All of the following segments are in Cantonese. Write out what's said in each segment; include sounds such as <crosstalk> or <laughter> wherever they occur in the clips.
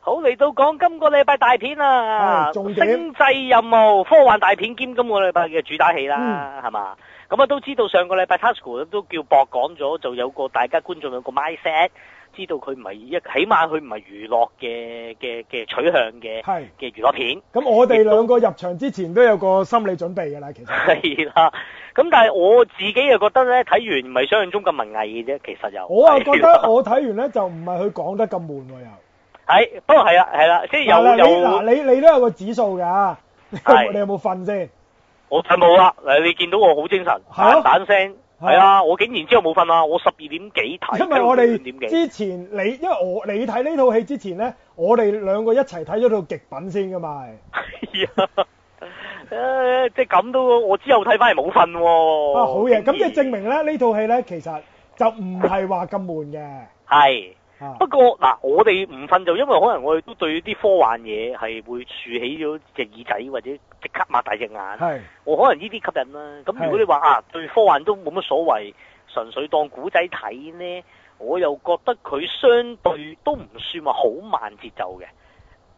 好嚟到講今個禮拜大片啊，係哦重點星際任務科幻大片兼今個禮拜嘅主打戲啦，嗯係嘛、咁啊都知道上個禮拜 Tasco 都叫博講咗，就有個大家觀眾有個 mindset，知道佢唔係一，起碼佢唔係娛樂嘅嘅嘅取向嘅係。嘅娛樂片。 <laughs> 咁我哋兩個入場之前都有個心理準備㗎啦，其實。係啦，咁但係我自己又覺得咧，睇完唔係想象中咁文藝嘅啫，其實又我啊覺係啦得我睇完咧就唔係佢講得咁悶喎又。係，不過係啦，係啦，即係嗱有你嗱有，你你都有個指數㗎，你有係 <laughs> 你有冇瞓先？我係冇啦。嗱，你見到我好精神，係彈咯彈聲，係啊，我竟然之後冇瞓啊，我十二點幾睇，因為睇我到兩哋點 <laughs> 幾，之前你因為我你睇呢套戲之前咧，我哋兩個一齊睇咗套極品先㗎嘛。係係啊，誒，即係咁都，我之後睇翻嚟冇瞓喎。啊好嘢，竟咁即然係證明咧呢套戲咧其實就唔係話咁悶嘅。係。啊不過嗱，我哋唔瞓就因為可能我哋都對啲科幻嘢係會豎起咗隻耳仔或者即刻擘大隻眼。係我可能呢啲吸引啦。咁係如果你話啊對科幻都冇乜所謂，純粹當古仔睇呢，我又覺得佢相對都唔算話好慢節奏嘅。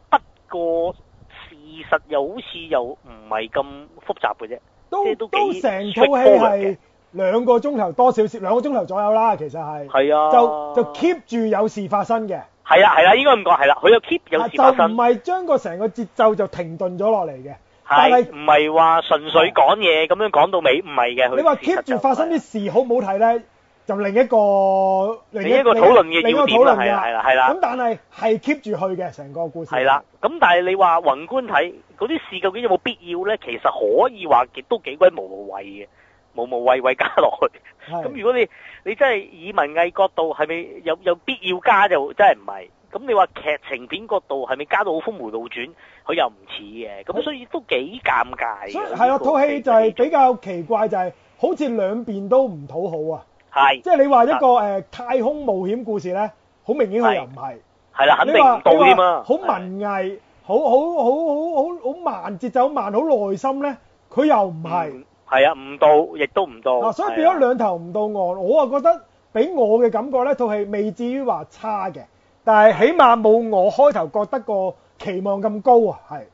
不過事實又好似又唔係咁複雜嘅啫。即都係都幾都成套戲 straightforward 嘅係兩個鐘頭多少少兩個鐘頭左右啦，其實係。係啊，就就 keep 住有事發生嘅，係啦係啦，應該咁講係啦。佢又 keep 有啊事就發唔生，係將個成個節奏就停頓咗落嚟嘅。但係係唔係話純粹講嘢咁樣講到尾？唔係嘅，佢哦你話事實 keep 住就發生啲事好唔好睇咧？就另一個另一個討論嘅另一個要點討啦論，係啦係啦係啦咁但係係 keep 住去嘅成個故事。係啦，咁但係你話宏觀睇嗰啲事究竟有冇必要咧？其實可以話亦都幾鬼無無謂嘅，無無謂謂加落去。係，咁如果你你真係以文藝角度係咪有有必要加就真係唔係？咁你話劇情片角度係咪加到好峰回路轉？佢又唔似嘅，咁所以都幾尷尬嘅。所以係啦，呢個套戲就係地比較奇怪，就係好似兩邊都唔討好啊！係即係你話一個啊誒太空冒險故事咧，好明顯佢又唔係。係啦，肯定唔到你話添啊！好文藝，好好好好好好慢節奏，慢好耐心咧，佢又唔係嗯，係啊，唔到，亦都唔到。嗱，所以變係啊咗兩頭唔到岸。我啊覺得俾我嘅感覺咧，套戲未至於話差嘅，但係起碼冇我開頭覺得個期望咁高啊，係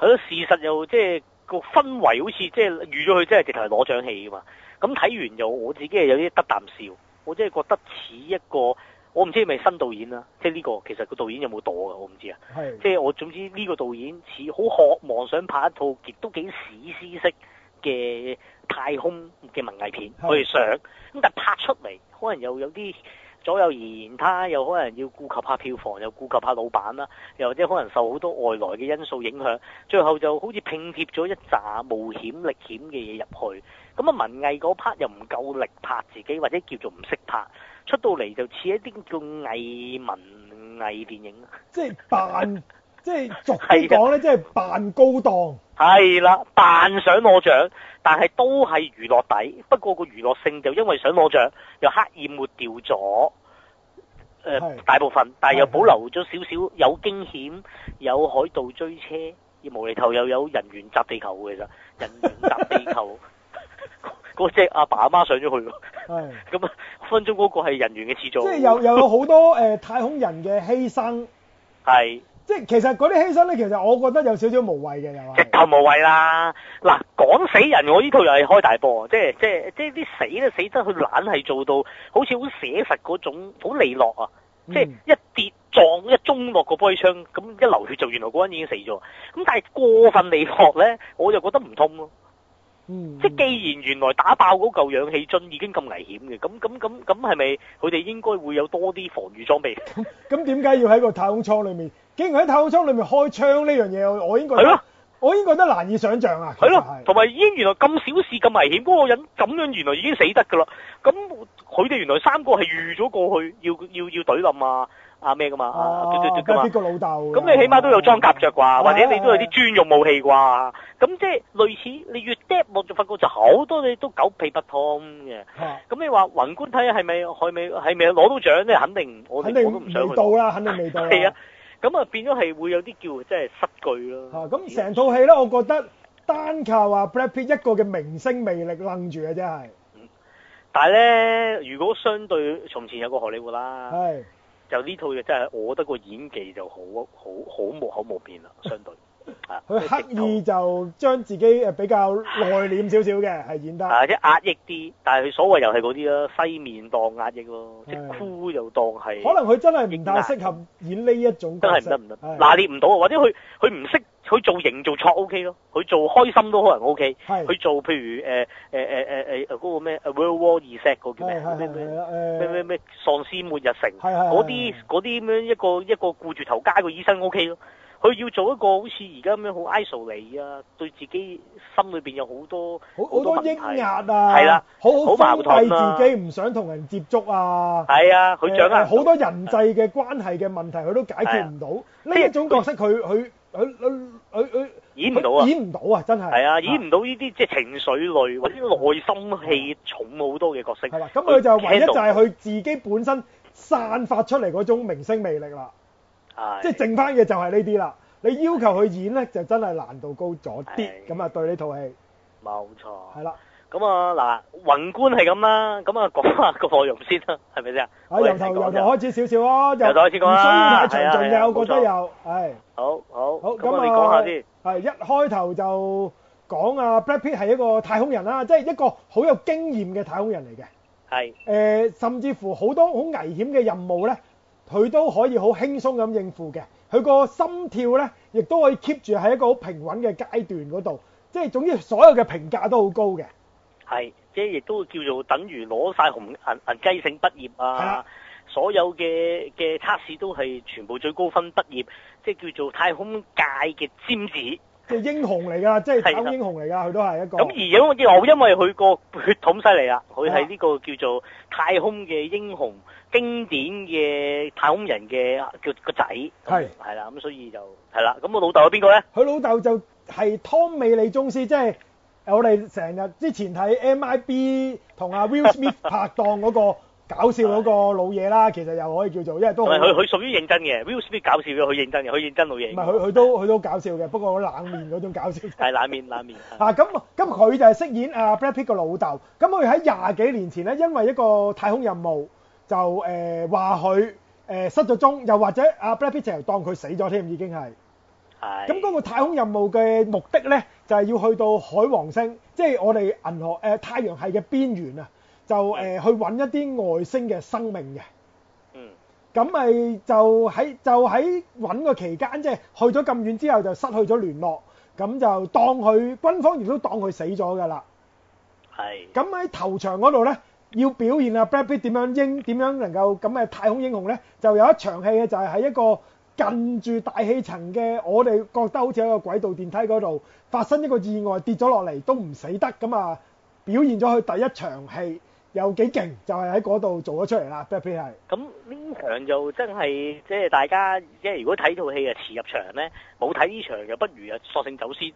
係咯，事實又即係個氛圍好似即係預咗佢真係直頭係攞獎戲噶嘛。咁睇完又我自己係有啲得啖笑，我真係覺得似一個我唔知係咪新導演啦，即係呢個其實個導演有冇躲噶，我唔知啊。係即係我總之呢個導演似好渴望想拍一套亦都幾史詩式嘅太空嘅文藝片，係佢哋想咁，但拍出嚟可能又有啲左右而言他，又可能要顧及下票房，又顧及下老闆啦，又或者可能受好多外來嘅因素影響，最後就好似拼貼咗一紮冒險歷險嘅嘢入去，咁啊文藝嗰 part 又唔夠力拍自己，或者叫做唔識拍，出到嚟就似一啲叫偽文藝電影。即係扮，即係俗係啲啊講咧，即係扮高檔，係啦，扮想攞獎，但係都係娛樂底。不過個娛樂性就因為想攞獎，又刻意抹掉咗。誒、係大部分，但係又係保留咗少少有驚險，有海盜追車，無厘頭又有人猿襲地球嘅其實，人猿襲地球 <laughs> 嗰只阿爸阿媽上咗去喎，係咁啊分分鐘嗰個係人猿嘅始即祖，係又又有好多誒太空人嘅犧牲，係即係其實嗰啲犧牲咧，其實我覺得有少少無謂嘅又直係。頭無謂啦！嗱，講死人我呢套又係開大波，啊即係即係即係啲死咧死得佢懶係做到好似好寫實嗰種，好利落啊！即係嗯一跌撞一中落個玻璃窗，咁一流血就原來嗰個人已經死咗。咁但係過分利落咧，我就覺得唔通咯。嗯，即係既然原來打爆嗰嚿氧氣樽已經咁危險嘅，咁咁咁咁係咪佢哋應該會有多啲防禦裝備？咁啊點解要喺個太空艙裏面？竟然喺太空艙裏面開槍呢樣嘢，我我已經覺係咯得，我已經覺得難以想像啊！係其咯實，同埋已經原來咁小事咁危險，嗰、個人咁樣原來已經死得㗎啦。咁佢哋原來三個係預咗過去要要要懟冧啊啊咩㗎嘛，啊啊嘟嘟嘟跟㗎住嘛邊。個老豆㗎？咁你起碼都有裝甲着係啩，啊或者你都有啲專用武器啩。咁即係類似你越 d e 我就發覺就好多你都狗屁不通嘅。啊咁你話宏觀睇係咪係咪係咪攞到獎咧？肯定我哋肯我都唔想定去未到。啦，肯定未到啦。係啊，咁啊變咗係會有啲叫即係失據咯。啊咁成套戲咧，我覺得單靠話 Brad Pitt 一個嘅明星魅力楞住嘅真係，啊但係咧，如果相對從前有個荷里活啦，係就呢套嘢真係，我覺得個演技就好好好無口無面啦，相 <laughs> 對啊，佢刻即係直意就將自己誒比較內斂少少嘅，係演頭得啊，即係壓抑啲，但係佢所謂又係嗰啲啦，西面當壓抑咯，即係係酷又當係，可能佢真係唔太適合演呢一種真角係唔色，得唔得，拿捏唔到啊，或者佢佢唔識佢做營造錯 O K 咯，佢做開心都可能 O K，係佢做譬如呃誒誒誒誒誒呃嗰個咩 World War 二 set 嗰個叫咩咩咩咩咩咩咩喪屍末日城係係嗰啲嗰啲咁樣一個一個顧住頭家個醫生 O K 咯，佢要做一個好似而家咁樣好 isolate 啊，對自己心裏邊有好多好好多抑壓啊，係啦好好好矛封盾啊閉自己，唔想同人接觸啊，係啊，佢掌握誒唔好到多人際嘅關係嘅問題佢都解決唔到，呢一種角色佢佢佢佢佢佢演唔到啊，演唔到啊，真係係啊，演唔到呢啲即係情緒類或者內心戲重好多嘅角色，係啦，咁佢就唯一就 handle 係佢自己本身散發出嚟嗰種明星魅力啦，係即係剩翻嘅就係呢啲啦。你要求佢演咧，就真係難度高咗啲，係咁啊對呢套戲冇係錯。啦。咁啊嗱，宏觀係咁啦，咁啊講下個內容先啦，係咪先啊？啊，由頭由頭開始少少啊，又由頭開始講唔需啦要太係詳盡啊嘅，係啊我覺得又係好好，好咁咁啊，啊。你講下先。係一開頭就講啊，Brad Pitt 係一個太空人啦，即係一個好有經驗嘅太空人嚟嘅。係誒、甚至乎好多好危險嘅任務呢，佢都可以好輕鬆咁應付嘅。佢個心跳呢，亦都可以 keep 住喺一個好平穩嘅階段嗰度。即係總之，所有嘅評價都好高嘅。係，即係亦都叫做等於攞晒紅銀銀雞繩畢業係啊啦！所有嘅嘅測試都係全部最高分畢業，即係叫做太空界嘅尖子。即係英雄嚟㗎，即係係啦太空英雄嚟㗎，佢都係一個。咁而因為又因為佢個血統犀利啦，啊佢哦係呢個叫做太空嘅英雄、經典嘅太空人嘅叫個仔。係係啦，咁所以就係啦。咁我老豆係邊個咧？佢老豆就係湯美利宗師，即係我哋成日之前睇 MIB 同阿 Will <laughs> Smith 拍檔嗰個搞笑嗰個老嘢啦，其實又可以叫做，因為都唔好係佢佢屬於認真嘅，Will Smith 搞笑嘅，佢認真嘅，佢認真老嘢。唔係佢佢都佢都搞笑嘅，不過好冷面嗰種搞笑。係冷面冷面。係 <laughs> 啊，咁咁佢就係飾演啊 Brad Pitt 個老豆。咁佢喺廿幾年前咧，因為一個太空任務就誒話佢誒失咗蹤，又或者啊 Brad Pitt 就當佢死咗添，已經係。係咁嗰個太空任務嘅目的咧，就係、要去到海王星，即係我哋銀河誒、呃太陽系嘅邊緣啊，就誒、呃去揾一啲外星嘅生命嘅。嗯。咁咪就喺就喺揾個期間，即係去咗咁遠之後就失去咗聯絡，咁就當佢軍方亦都當佢死咗㗎啦。係咁喺頭場嗰度呢，要表現啊 Brad Pitt 點樣英點樣能夠咁嘅太空英雄呢，就有一場戲啊嘅就係喺一個近住大氣層嘅，我哋覺得好似喺個軌道電梯嗰度發生一個意外跌咗落嚟都唔死得咁啊，表現咗佢第一場戲有幾勁，就係喺嗰度做咗出嚟啦，Brad 嗯 Pitt 係。咁呢場就真係即係大家即係如果睇套戲啊遲入場咧，冇睇呢場就不如啊索性走先。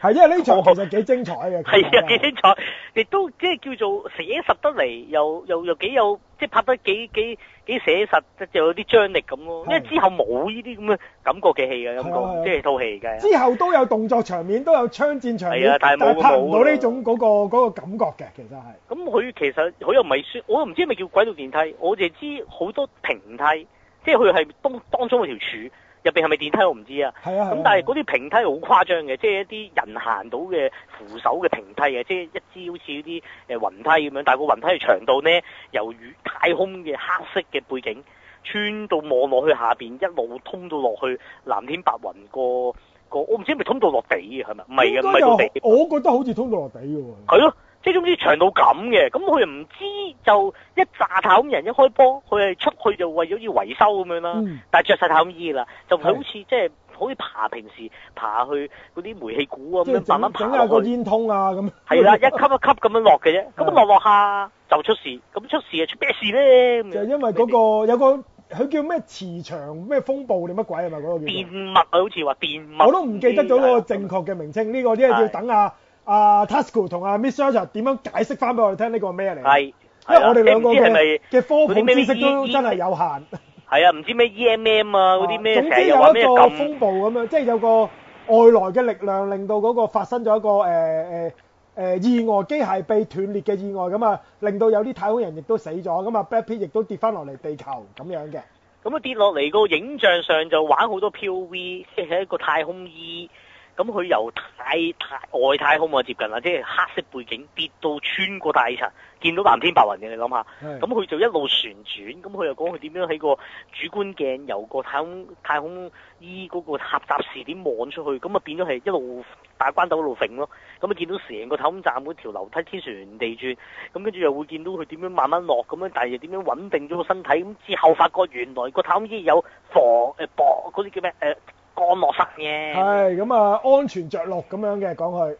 係因為呢場其實幾精彩嘅，係其實啊，幾精彩，亦都即係叫做寫實得嚟，又又又幾有即係拍得幾幾幾寫實，又有啲張力咁咯。因為係之後冇呢啲咁嘅感覺嘅戲嘅感係啊係覺，啊即係套戲嘅。之後都有動作場面，都有槍戰場係啊面，但係但冇係拍唔冇到啊呢種嗰、個嗰個感覺嘅，其實係咁佢其實佢又唔係算，我又唔知係咪叫軌道電梯，我就知好多平梯，即係佢係當當中嗰條柱入邊係咪電梯我唔知啊。係啊。咁但係嗰嗰啲平梯好誇張嘅，即係一啲人行到嘅扶手嘅平梯嘅，即係一支好似啲誒雲梯咁樣，但係個雲梯嘅長度呢，由宇太空嘅黑色嘅背景穿到望落去下邊，一路通到落去藍天白雲個個，我唔知係咪通到落地嘅係咪？唔係嘅，唔係到地。我覺得好似通到落地嘅喎。係咯，即係總之長到咁嘅，咁佢又唔知就一炸太空人一開波，佢係出去就為咗要維修咁樣啦，嗯但係着晒太空衣啦，就佢係好似即係好似爬平時爬去嗰啲煤氣鼓咁即係樣慢慢整爬整下個落去，煙通啊咁。係 <laughs> 啦，一級一級咁樣落嘅啫，咁啊係落落下就出事，咁出事啊出咩事咧？咁樣就因為嗰、個有個佢叫咩磁場咩風暴定乜鬼係咪嗰個叫做？電脈啊，好似話電脈，我都唔記得咗個正係啦確嘅名稱，呢、個啲係要係等啊啊 Tasco 同啊 Miss Archer 點樣解釋翻俾我哋聽呢個係咩嚟？係，因為我哋係啦啊兩個你唔知係咪嘅？嘅科嗰啲普咩知識都醫真係有限。係啊，唔知咩 EMM 啊嗰啲咩，總成之日有又一話咩個撳風暴咁樣，即係有個外來嘅力量令到嗰個發生咗一個誒誒誒意外，機械臂斷裂嘅意外咁啊，令到有啲太空人亦都死咗，咁啊 Brad Pitt 亦都跌翻落嚟地球咁樣嘅。咁咁啊跌落嚟個影像上就玩好多 POV，即 <laughs> 係一個太空衣。咁佢由太太外太空啊接近啦，即係黑色背景跌到穿過大氣層，見到藍天白雲嘅，你諗下。係咁佢就一路旋轉，咁佢又講佢點樣喺個主觀鏡由個太空太空衣嗰個狹窄視點望出去，咁啊變咗係一路打關鬥一路揈咯。咁啊見到成個太空站嗰條樓梯天旋地轉，咁跟住又會見到佢點樣慢慢落咁樣，但係又點樣穩定咗個身體。咁之後發覺原來個太空衣有防誒薄嗰啲叫咩誒降落傘嘅，係咁啊，安全着陸咁樣嘅講佢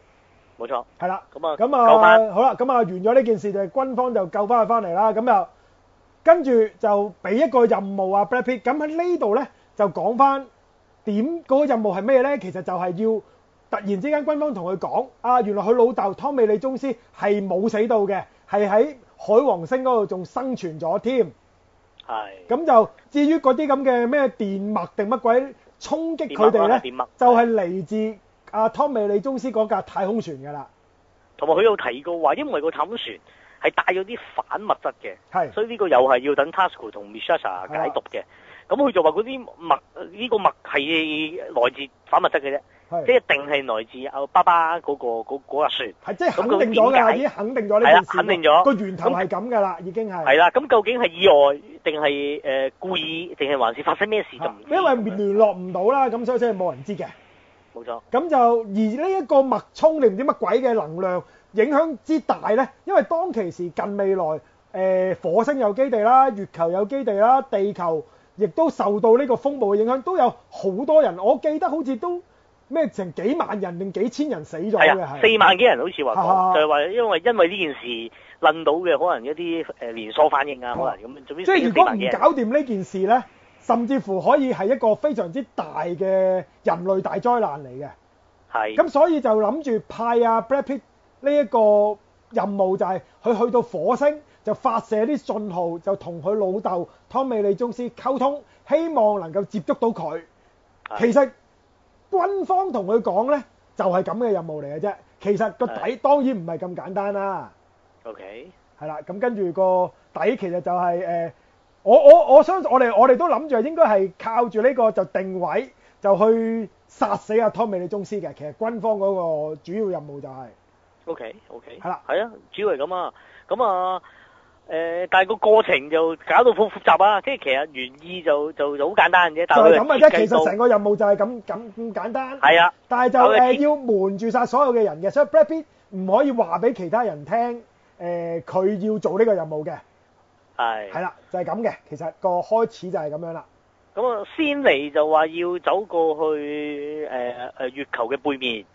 冇錯。係啦。咁啊，咁救翻啊，好啦，咁啊，完咗呢件事就係軍方就救翻佢翻嚟啦。咁又跟住就俾一個任務啊，Brad Pitt。咁喺呢度咧就講翻點嗰個任務係咩咧？其實就係要突然之間軍方同佢講啊，原來佢老豆湯美李宗師係冇死到嘅，係喺海王星嗰度仲生存咗添。係咁就至於嗰啲咁嘅咩電脈定乜鬼衝擊佢哋咧電脈啊電脈，就係嚟自阿湯美李宗師嗰架太空船㗎啦。同埋佢有提過話，因為個太空船係帶咗啲反物質嘅。係所以呢個又係要等 Tasco 同啊 Mishasha 解讀嘅。咁佢就話嗰啲墨呢個墨係來自反物質嘅啫，係即係。一定係來自阿爸爸嗰、個嗰嗰架船。係即係肯定咗㗎啦，已經肯定咗呢件係啦事喎，肯定咗個源頭係咁㗎啦，已經係係啦，咁究竟係意外定係誒故意定係還是發生咩事就嚇唔知。因為聯絡唔到啦，咁所以先係冇人知嘅。冇錯，咁就而呢一個脈衝定唔知乜鬼嘅能量影響之大呢，因為當其時近未來，誒、火星有基地啦，月球有基地啦，地球亦都受到呢個風暴嘅影響，都有好多人，我記得好似都咩成幾萬人定幾千人死咗嘅係啊，四係。萬幾人好似話啊講，就係話因為因為呢件事論到嘅可能一啲誒連鎖反應啊，可能咁，總之即係死如咗四果唔萬幾人。搞掂呢件事呢，甚至乎可以係一個非常之大嘅人類大災難嚟嘅。係咁所以就諗住派啊 Brad Pitt 呢一個任務就係佢去到火星就發射啲信號，就同佢老豆湯美利宗師溝通，希望能夠接觸到佢。係其實軍方同佢講呢，就係咁嘅任務嚟嘅啫。其實個底係當然唔係咁簡單啦。 OK 係啦，咁跟住個底其實就係、呃我我我相信我哋我哋都諗住應該係靠住呢個就定位就去殺死阿湯美利宗師嘅。其實軍方嗰個主要任務就係、 OK OK 係啦係啊，主要係咁啊，咁啊，誒、但係個過程就搞到好複雜啊，即係其實原意就就就好簡單嘅啫，但就係佢係咁嘅設啫。計其實到成個任務就係咁咁咁簡單，係啊，但係就有嘅呃設要瞞住晒所有嘅人嘅，所以 Brad Pitt 唔可以話俾其他人聽誒佢、要做呢個任務嘅。係係啦，就係咁嘅。其實個開始就係咁樣啦。咁啊，先嚟就話要走過去誒誒、呃月球嘅背面，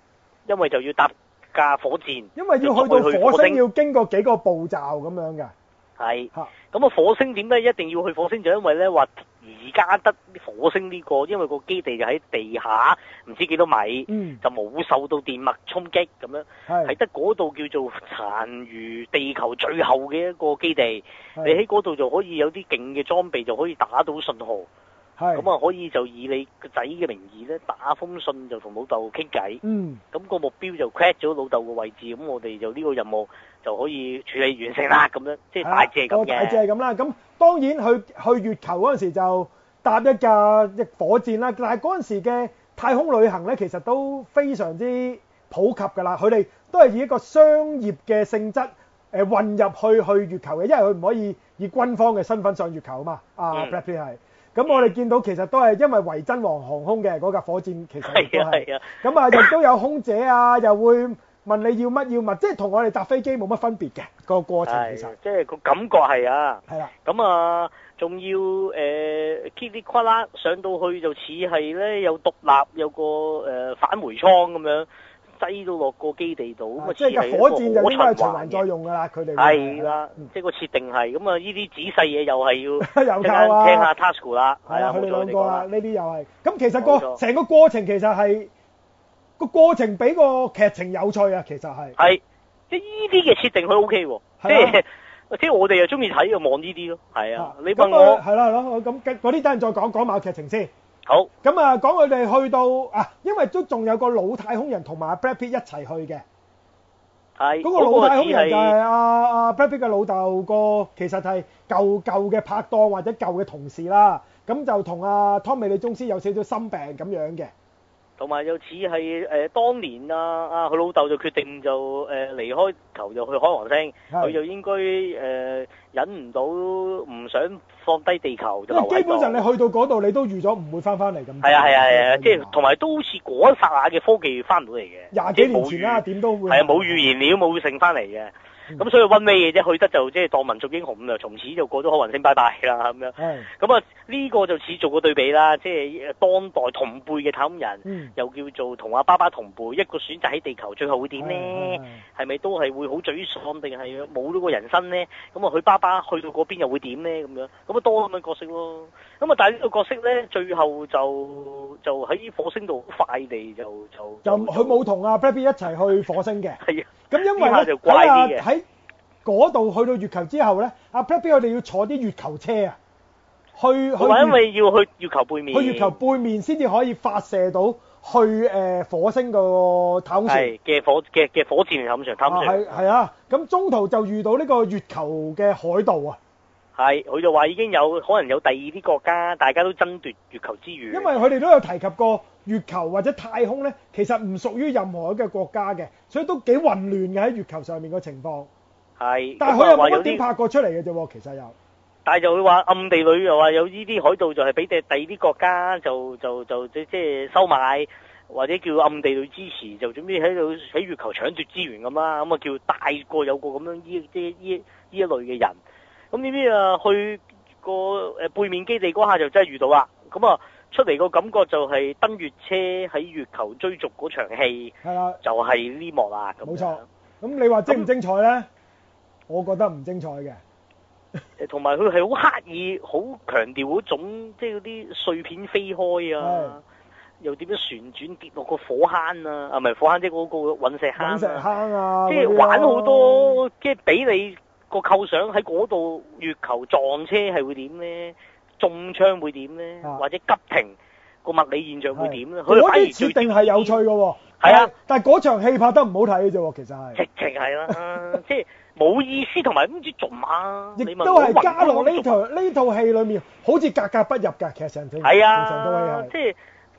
因為就要搭架火箭，因為要去到火星要經過幾個步驟咁樣嘅係嚇。咁啊，火星點解一定要去火星？就因為咧話而家得火星呢、個，因為個基地就喺地下，唔知幾多米，嗯，就冇受到電脈衝擊咁樣。喺係。得嗰度叫做殘餘地球最後嘅一個基地，係你喺嗰度就可以有啲勁嘅裝備，就可以打到信號，係。咁啊可以就以你個仔嘅名義咧打封信就同老豆傾偈，嗯，咁、個目標就 crack 咗老豆嘅位置，咁我哋就呢個任務就可以處理完成啦，咁樣即係大致係啊個咁大致嘅，係咁啦。咁當然去去月球嗰陣時就搭一架一火箭啦，但係嗰陣時嘅太空旅行咧，其實都非常之普及㗎啦。佢哋都係以一個商業嘅性質誒、呃、混入去去月球嘅，因為佢唔可以以軍方嘅身份上月球啊嘛。啊嗯 b r a d Pitt 係。咁我哋見到其實都係因為維珍王航空嘅嗰架火箭，其實亦係都啊係係啊，咁啊，亦都有空姐啊，又會問你要乜要物，即係同我哋搭飛機冇乜分別嘅個過程，係其實即係個感覺係啊。係啦。咁啊，仲要呃誒 kitty 跨啦，上到去就似係咧有獨立有個誒、呃返回倉咁樣，擠到落個基地度，咁啊啊即係似係一架個火箭就應該係循可環再嘅。用㗎啦，佢哋係啦嗯，即係個設定係咁啊！呢啲仔細嘢又 <laughs> 係要又靠啊聽下 Tasco 啦，係係啦，啦，佢冇哋錯兩你個啊講啦，啦，呢啲又係咁。其實冇個錯成個過程其實係個過程比個劇情有趣啊，其實係係即係呢啲嘅設定佢 OK 喎，即係啊係即係我哋又中意睇又望呢啲咯，係啊啊！你問咁啊我係啦係咯，咁嗰啲等陣再講講埋個劇情先。好咁啊，講佢哋去到啊，因為都仲有個老太空人同埋阿 Brad Pitt 一齊去嘅，係嗰個老太空只人就係係阿阿 Brad Pitt 嘅老豆個，其實係舊舊嘅拍檔或者舊嘅同事啦。咁就同阿湯美利宗師有少少心病咁樣嘅。同埋又似係誒當年啊啊佢老豆就決定就誒、呃、離開球就去海王星，佢係就應該誒、呃忍唔到唔想放低地球就因留為喺基本上你嗯度。去到嗰度，你都預咗唔會翻翻嚟咁。係啊係啊係啊，即係同埋都好似嗰一剎那嘅科技翻唔到嚟嘅，廿幾年前啦，即點都會嗯係冇預係啊冇預燃料冇剩翻嚟嘅。咁所以温尾嘅啫，去得就即係當民族英雄咁就從此就過咗海雲星拜拜啦咁樣。係咁啊，呢個就似做個對比啦，即係當代同輩嘅太空人，嗯又叫做同阿爸爸同輩，一個選擇喺地球，最後會點係呢？係係咪都係會好沮喪，定係冇咗個人生呢？咁啊，佢爸爸去到嗰邊又會點呢？咁樣咁啊，多咁嘅角色咯。咁啊，但係呢個角色呢，最後就就喺火星度好快地就就就佢冇同阿 Brad Pitt 一齊去火星嘅。 <laughs> 係啊，咁因為呢下咧就怪喺啊啲嘅喺嗰度去到月球之後咧，阿 Brad Pitt 我哋要坐啲月球車啊，去去同埋因月為要去月球背面，去月球背面先至可以發射到去誒、呃火星個太空船。係嘅火嘅嘅火箭探上探啊，上係。係啊，咁中途就遇到呢個月球嘅海盜啊，係，佢就話已經有可能有第二啲國家，大家都爭奪月球資源。因為佢哋都有提及過月球或者太空呢，其實唔屬於任何嘅國家嘅，所以都幾混亂嘅喺月球上面個情況。係，咁但係佢啊又話冇乜有點啲，拍過出嚟嘅啫喎，其實又。但係就佢話暗地裏又話有呢啲海盜就係俾第第二啲國家就就就即即係收買，或者叫暗地裏支持，就總之喺度喺月球搶奪資源咁啦，咁啊叫大個有個咁樣呢即呢呢一類嘅人。咁點知啊去個誒背面基地嗰下就真係遇到啦，咁啊出嚟個感覺就係登月車喺月球追逐嗰場戲係啦，就係呢幕啦，咁冇樣錯。咁你話精唔精彩呢？我覺得唔精彩嘅。誒同埋佢係好刻意、好強調嗰種即係嗰啲碎片飛開啊，又點樣旋轉跌落個火坑啊，啊唔係火坑即係嗰個隕石坑隕石啊，坑啊，即係嗰啲玩好咯。多，即係俾你個構想喺嗰度月球撞車係會點咧，中槍會點咧，啊或者急停個物理現象會點咧，佢嗰反而啲設最定係有趣嘅喎。係啊，但係嗰場戲拍得唔好睇嘅啫喎，其實係。直情係啦，即係冇意思同埋唔知做乜，亦你問都我係混加落亂呢套呢套戲裏面，好似格格不入㗎。其實成套係成啊套，戲即係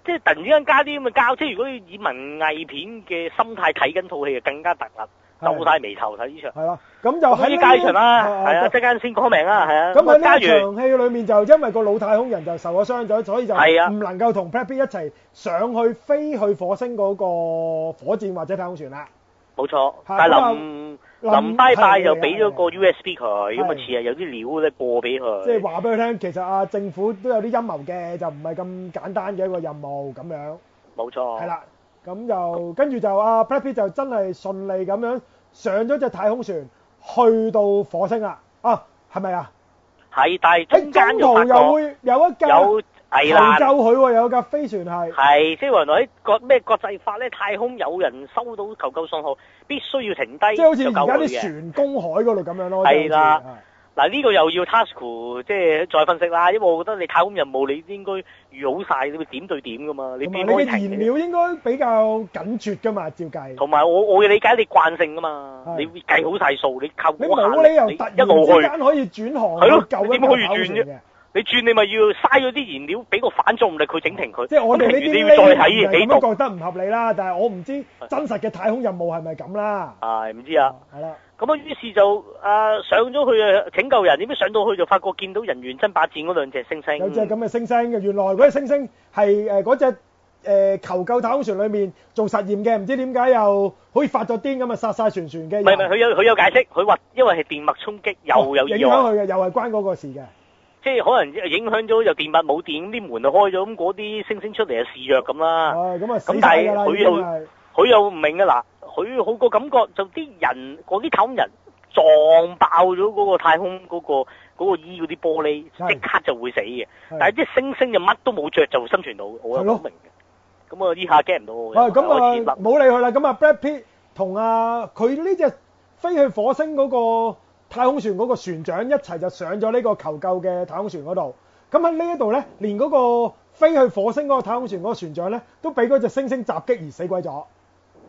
即係突然之間加啲咁嘅膠，即係如果以文藝片嘅心態睇緊套戲，就更加突兀，係哦皺晒眉頭睇呢場。係啦。咁就咁呢喺呢加場啦，啊係啊，即間先講明啦，係啊。咁喺啊，加呢完場戲裏面就因為個老太空人就受咗傷咗，所以就係啊唔能夠同 Brad Pitt 一齊上去飛去火星嗰個火箭或者太空船啦。冇錯，嚇但係咁啊臨臨臨拜拜就係俾咗個係 USB 佢，咁啊係似係有啲料咧過俾即係佢。話俾佢聽，其實啊政府都有啲陰謀嘅，就唔係咁簡單嘅一個任務咁樣。冇錯，係，啦，咁就跟住就啊 Brad Pitt 就真係順利咁樣上咗隻太空船去到火星啦。啊，係咪啊？係，但係喺中間中就途發又覺會有一架有危難求。救佢喎，有架飛船係。係，即係原來喺國咩國際法咧，太空有人收到求救信號，必須要停低即係好就似救而家佢啲嘅。船公海嗰度咁樣咯，係啦即係好似，嗱呢個又要 task 即係再分析啦，因為我覺得你太空任務你應該預好晒，你會點對點噶嘛，你同埋點你可以嘅停燃嘅？料應該比較緊缺噶嘛，照計。同埋我我嘅理解你慣性噶嘛，係你會計好晒數，你靠你嗰冇下理由你突一路然之去，間可以轉航係咯去救一點可以個跑轉船啫嘅，你轉你咪要嘥咗啲燃料，俾個反作用力佢整停佢。即係我哋呢咁停完啲你要再呢啲睇人幾咁樣度？覺得唔合理啦，但係我唔知真實嘅太空任務係咪咁啦。唉，唔知啊。係啦，咁啊，於是就啊上咗去啊拯救人，點知上到去就發覺見到人猿爭霸戰嗰兩隻猩猩，有隻咁嘅星星嘅，原來嗰隻星星係誒嗰隻。誒、求救太空船裏面做實驗嘅，唔知點解又好似發咗癲咁啊，殺晒全船嘅唔人，係唔係，佢有佢有解釋，佢話因為係電脈衝擊又有哦影意響外，佢嘅，又係關嗰個事嘅。即係可能影響咗又電脈冇電，咁啲門就開咗，咁嗰啲星星出嚟就啊示弱咁啦。哦，咁啊死咁但係曬㗎啦，佢已經又係佢又唔明啊嗱，佢好個感覺就啲人嗰啲太空人撞爆咗嗰個太空嗰、個嗰、個衣嗰啲玻璃，係即刻就會死嘅。係但係啲星星就乜都冇着就生存到，我又係咯好明嘅。咁啊，呢下 get 唔到我嘅。啊，咁我開始啊諗冇理佢啦。咁啊，Brad Pitt 同啊佢呢只飛去火星嗰個太空船嗰個船長一齊就上咗呢個求救嘅太空船嗰度。咁喺呢一度咧，連嗰個飛去火星嗰個太空船嗰個船長咧，都俾嗰只星星襲擊而死鬼咗。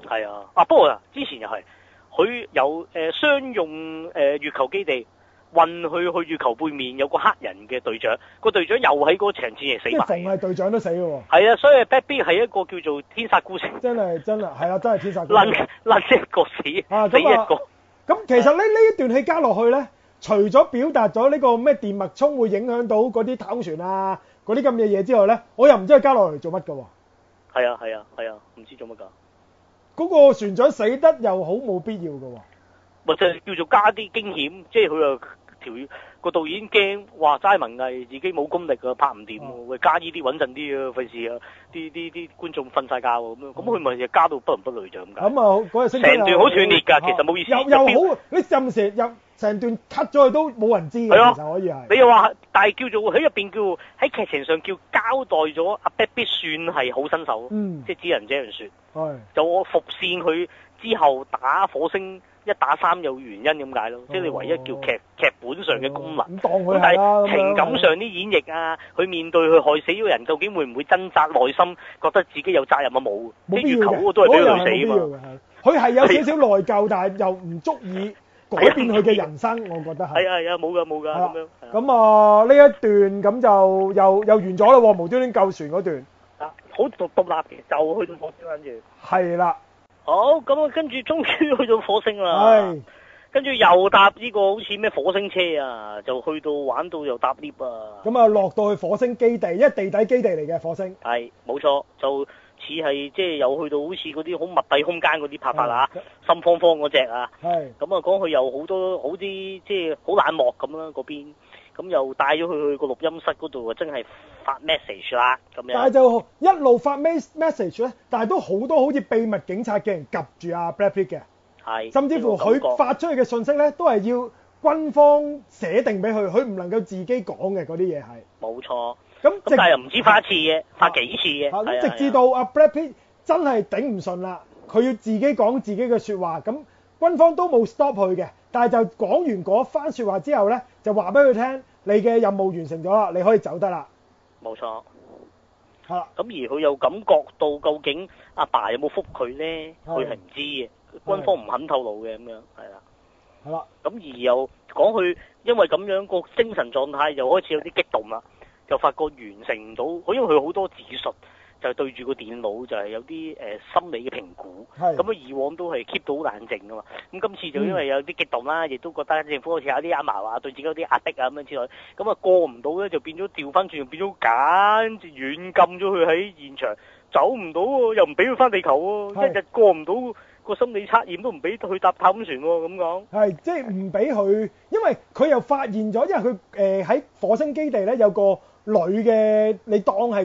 係啊，啊不過啊，之前又係好佢由誒、呃商用誒、呃月球基地運去去月球背面，有個黑人嘅隊長，個隊長又喺嗰場戰役死即係埋逢。係隊長都死嘅喎，係啊，所以 Bad B 係一個叫做天煞孤星，真係真係係啦，真係天煞孤撚星。撚一個死，啊死咁一啊個。咁其實咧呢一段戲加落去咧，除咗表達咗呢個咩電脈衝會影響到嗰啲太空船啊嗰啲咁嘅嘢之外咧，我又唔知佢加落嚟做乜嘅喎。係啊係啊係啊，唔知做乜㗎。嗰、個船長死得又好冇必要嘅喎。咪就係叫做加啲驚險，即係佢又條個導演驚話齋文藝自己冇功力啊，拍唔掂喎，嗯喂加呢啲穩陣啲啊，費事啊啲啲啲觀眾瞓晒覺啊咁樣，咁佢咪就加到不倫不類就係咁解。嗯咁啊，嗰日星期成段好斷裂㗎啊其實冇意思又入邊又好，你暫時又成段 cut 咗佢都冇人知係啊嘅，其實可以係。你又話，但係叫做喺入邊叫喺劇情上叫交代咗阿 Baby 算係好新手，嗯，即係只能這樣説。係就我伏線佢之後打火星一打三有原因咁解咯，即係你唯一叫劇劇本上嘅功能。咁當佢咁但係啦，係咁樣情感上啲演繹啊，佢面對佢害死咗人，究竟會唔會掙扎內心，覺得自己有責任啊冇？即冇係必月要球嘅，嗰個都係俾佢嗰個又累死冇啊嘛。必要嘅係佢係有少少內疚，但係又唔足以改變佢嘅人生，我覺得係係。啊係啊，冇㗎冇㗎係啦咁樣。係啊咁啊，呢一段咁就又又完咗啦喎，無端端救船嗰段啊好獨獨立嘅，就去到火星跟住。係啦，好咁啊，跟住終於去到火星啦。係跟住又搭呢個好似咩火星車啊，就去到玩到又搭 lift 啊。咁啊，落到去火星基地，因為地底基地嚟嘅火星。係冇錯，就似係即係又去到好似嗰啲好密閉空間嗰啲拍法啦，嗯心慌慌嗰只啊。係咁啊，講佢又好多好啲，即係好冷漠咁啦嗰邊，咁又帶咗佢去個錄音室嗰度啊，真係發 message 啦咁但係樣。就一路發 mes- message 咧，但係都好多好似秘密警察嘅人及住阿 Brad Pitt 嘅，係。甚至乎呢個佢感覺發出去嘅信息咧，都係要軍方寫定俾佢，佢唔能夠自己講嘅嗰啲嘢係。冇錯，咁咁但係又唔止發一次嚇嘅，發幾次嘅。係啊咁啊直至到阿 Brad Pitt 真係頂唔順啦，佢要自己講自己嘅説話，咁軍方都冇 stop 佢嘅，但係就講完嗰番説話之後咧，就話俾佢聽，你嘅任務完成咗啦，你可以走得啦，冇錯。係啦，咁而佢又感覺到究竟阿爸有冇覆佢咧？係佢係唔知嘅，軍方唔肯透露嘅咁樣，係啦。係啦，咁而又講佢因為咁樣個精神狀態又開始有啲激動啦，就發覺完成唔到，佢因為佢好多指述就對住個電腦就係有啲誒、呃心理嘅評估。係嗯咁佢以往都係 keep 到好冷靜噶嘛，咁今次就因為有啲激動啦，亦都覺得政府好似有啲壓埋話對自己有啲壓迫啊咁樣之類，咁啊過唔到咧就變咗調翻轉，變咗簡直軟禁咗佢喺現場，走唔到喎，又唔俾佢翻地球喎，係一日過唔到個心理測驗都唔俾佢搭太空船喎，咁講。係即係唔俾佢，因為佢又發現咗，因為佢誒喺火星基地咧有個女嘅，你當係嗰、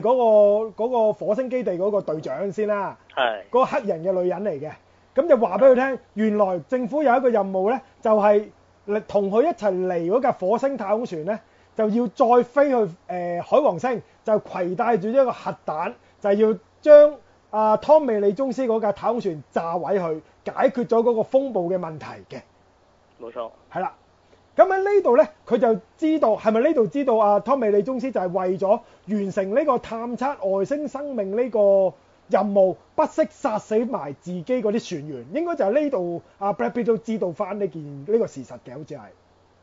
個嗰、個火星基地嗰個隊長先啦。係嗰個黑人嘅女人嚟嘅，咁就話俾佢聽，原來政府有一個任務呢，就係同佢一齊嚟嗰架火星太空船呢，就要再飛去誒、呃海王星，就攜帶住一個核彈，就要將啊湯美利宗斯嗰架太空船炸毀佢，解決咗嗰個風暴嘅問題嘅，冇錯，係啦。咁喺呢度呢，佢就知道係咪呢度知道啊湯美利宗斯就係為咗完成呢個探測外星生命呢個任務，不惜殺死埋自己嗰啲船員，應該就係呢度啊 Brad Pitt 都知道翻呢件呢、個事實嘅，好似係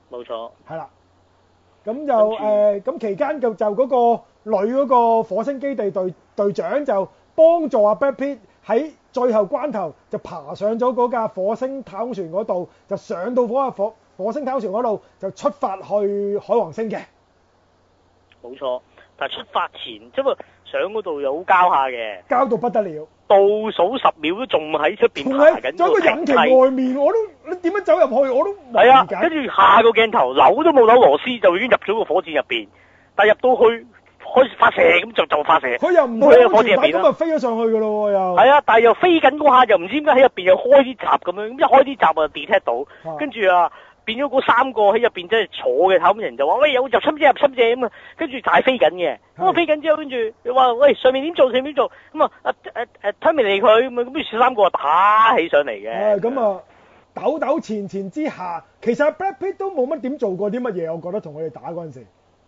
冇錯，係啦。咁就住誒，咁、期間就就嗰個女嗰個火星基地隊隊長就幫助阿 Brad Pitt 喺最後關頭就爬上咗嗰架火星太空船嗰度，就上到嗰架火火星太空船嗰度就出發去海王星嘅。冇錯。但係出發前，即係上嗰度又好交下嘅，交到不得了，倒數十秒都仲喺出邊仲爬喺緊仲喺個個引梯擎。外面，我都你點樣走入去我都係啊，冇跟解。住下個鏡頭扭都冇扭螺絲，就已經入咗個火箭入邊。但係入到去開始發射咁就就發射。佢又唔冇喺個火安箭入全帶邊咁啊啦。飛咗上去㗎咯喎又。係啊，但係又飛緊嗰下又唔知點解喺入邊又開啲閘咁樣，咁一開啲閘啊 detect 到。啊跟住啊，變咗嗰三個喺入邊真係坐嘅太空人就話：喂，有入侵者，入侵者咁啊！跟住大飛緊嘅，咁啊係飛緊之後，跟住你話：喂，上面點做？上面點做？咁啊啊啊啊推埋嚟佢咁啊，咁於是三個打起上嚟嘅。誒咁！啊，抖抖前前之下，其實 Brad Pitt 都冇乜點做過啲乜嘢，我覺得同佢哋打嗰陣時，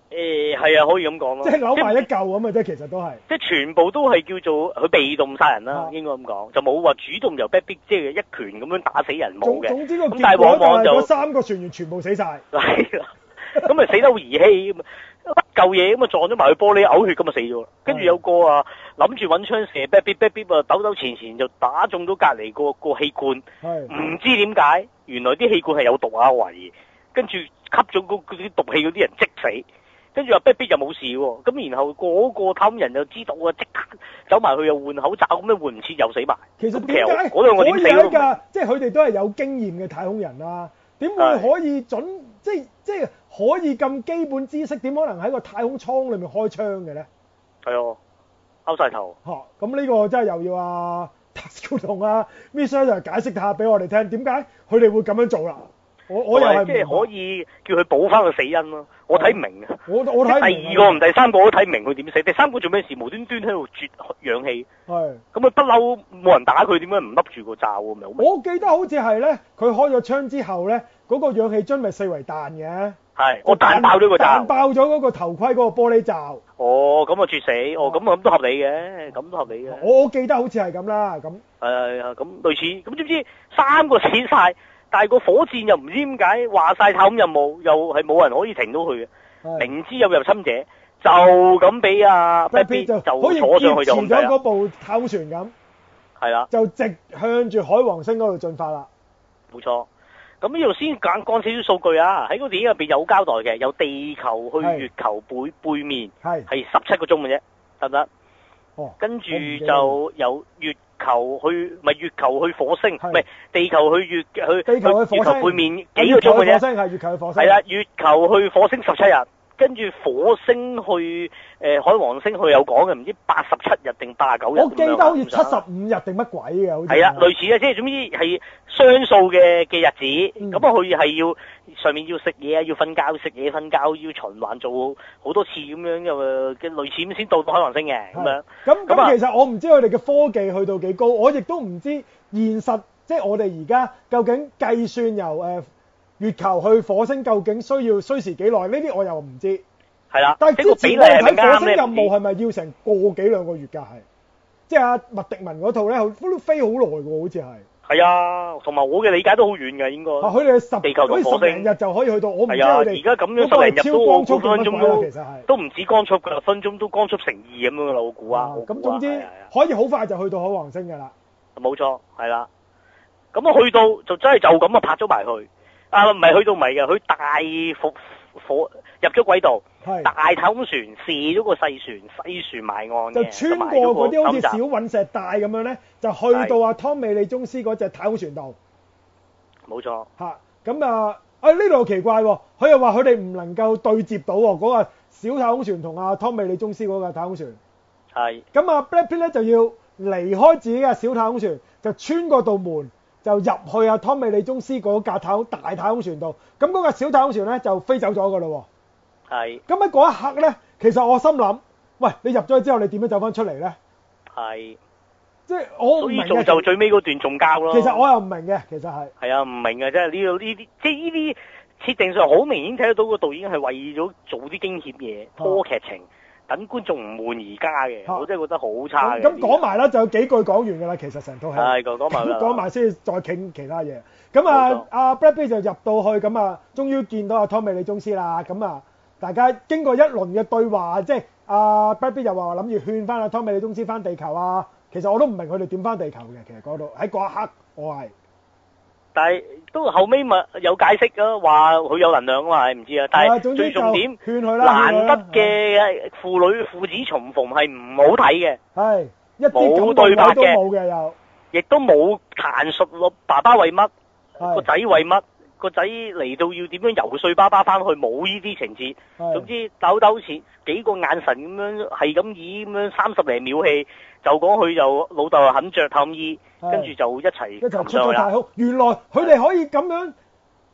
誒係啊，可以咁講咯。即係扭埋一即嚿咁嘅啫，其實都係。即係全部都係叫做佢被動殺人啦啊，應該咁講，就冇話主動由 Bad Big 即係一拳咁樣打死人冇總嘅。總之個咁但係結果往就係往就嗰三個船員全部死晒。係啦，咁咪死得好兒戲咁啊，一嚿嘢咁啊撞咗埋去玻璃嘔血咁啊死咗啦。跟住有個啊諗住揾槍射 Bad Big Bad Big 啊，抖抖前前就打中咗隔離個個氣罐。係唔知點解，原來啲氣管係有毒啊！我懷疑，跟住吸咗嗰嗰啲毒氣嗰啲人即死，跟住話 b 逼就冇事喎。咁然後嗰個貪人就知道啊，即刻走埋去又換口罩，咁樣換唔切又死埋。其實咁點其解實嗰兩個點死可以都唔喺明架即係佢哋都係有經驗嘅太空人啦、點會係可以準即係即係可以咁基本知識，點可能喺個太空艙裏面開槍嘅咧？係啊，勾晒頭。嚇、咁呢個真係又要啊 Tasco 同啊 Miss Sir 就解釋下俾我哋聽，點解佢哋會咁樣做啦？我我又係係唔即明白係可以叫佢補翻個死因咯。我睇唔明啊。我我睇唔第明二個唔第三個我都睇唔明佢點死，第三個做咩事無端端喺度絕氧氣，係。咁佢不嬲冇人打佢，點解唔笠住個罩咁咪好明？我記得好似係咧，佢開咗槍之後咧，嗰、個氧氣樽咪四圍彈嘅，係我哦彈爆咗個罩彈。爆咗嗰個頭盔嗰個玻璃罩。哦，咁啊絕死，哦咁啊咁都合理嘅，咁都合理嘅，我記得好似係咁啦，咁係啊咁類似，咁知唔知三個死晒，但係個火箭又唔知點解話晒探任務，又係冇人可以停到佢嘅，係明知有入侵者就咁俾阿 b a b y 就好似坐上去就劫控持制咗啦嗰，部太空船咁，係啦，就直向住海王星嗰度進發啦。冇錯。咁呢度先講講少少數據啊，喺個電影入邊有交代嘅，有地球去月球背背面係係十七個鐘嘅啫，得唔得？哦，跟住我唔記得就由月球去，唔係月球去火星，唔係係地球去月去地球去火星月球背面幾個鐘嘅月啫，球去火星係月球去火星，係啦，月球去火星十七日，跟住火星去誒、海王星佢有講嘅，唔知八十七日定八十九日我咁記樣得啊，好似七十五日定乜鬼嘅，好似係啦，類似啊，即係總之係雙數嘅嘅日子，嗯咁啊佢係要上面要食嘢啊，要瞓覺，食嘢瞓覺，要循環做好多次咁樣嘅嘅類似咁先到海王星嘅咁樣係。咁咁啊咁其實我唔知佢哋嘅科技去到幾高，我亦都唔知現實即係我哋而家究竟計算由誒月球去火星究竟需要需時幾耐？呢啲我又唔知。係啦，但呢係個之比例前我哋係咪睇火啱星咧？任唔知務係咪要成個幾兩個月㗎？係，即係阿麥迪文嗰套咧，佢都飛好耐喎，好似係。係啊，同埋我嘅理解都好遠嘅應該。啊，佢哋十地球同好似火十星零日就可以去到，我唔知係啊，佢而哋家咁樣嗰個十係零日超都光我速估分定乜鐘鬼都啦，其實係。都唔止光速㗎啦，分鐘都光速成二咁樣㗎啦，我估啊。啊我估啊咁總之係啊係啊可以好快就去到海王星㗎啦。冇錯，係啦。咁啊，去到就真係就咁啊，拍咗埋去。啊，唔係去到唔係嘅，佢大火火入咗軌道，係。大太空船射咗個細船，細船埋岸就嘅，穿過埋咗嗰啲好似深小澤隕石帶咁樣咧，就去到阿湯美利宗斯嗰只太空船度冇錯，嚇。咁啊啊呢度又奇怪喎，佢又話佢哋唔能夠對接到喎嗰、個小太空船同阿湯美利宗斯嗰個太空船。係咁啊 Brad Pitt 咧就要離開自己嘅小太空船，就穿過道門就入去阿湯美利宗斯嗰架太空大太空船度。咁嗰架小太空船咧就飛走咗㗎咯係喎。咁喺嗰一刻咧，其實我心諗，喂，你入咗去之後，你點樣走翻出嚟咧？係。即係我唔所明以嘅做就最尾嗰段仲交咯。其實我又唔明嘅，其實係係啊，唔明嘅真係呢度呢啲，即係呢啲設定上好明顯睇得到個導演係為咗做啲驚險嘢拖劇情，等觀眾唔滿而家啊嘅，我真係覺得好差咁嘅。咁講埋啦，就有幾句講完㗎啦。其實成套戲係講講埋啦，講埋先，再傾其他嘢。咁冇啊錯，阿 Brad Pitt 就入到去，咁啊，終於見到阿湯美利宗師啦。咁啊，大家經過一輪嘅對話，即係阿 Brad Pitt 又話諗住勸翻阿湯美利宗師翻地球啊。其實我都唔明佢哋點翻地球嘅。其實嗰度喺嗰一刻，我係但係都後尾咪有解釋啊，話佢有能量啊嘛，唔知啊。但啊係總之最就重點，勸佢啦，難勸佢啦得嘅父女父子重逢係唔好睇嘅，係一啲冇對對白白都嘅冇嘅又亦都冇彈述咯，爸爸為乜，個係仔為乜，個仔嚟到要點樣游說爸爸翻去，冇呢啲情節。係總之抖抖前幾個眼神咁樣係咁以咁樣三十零秒戲，就講佢就老豆又肯着探衣，係跟住就一齊一齊擒出上去咗啦太。空。原來佢哋可以咁樣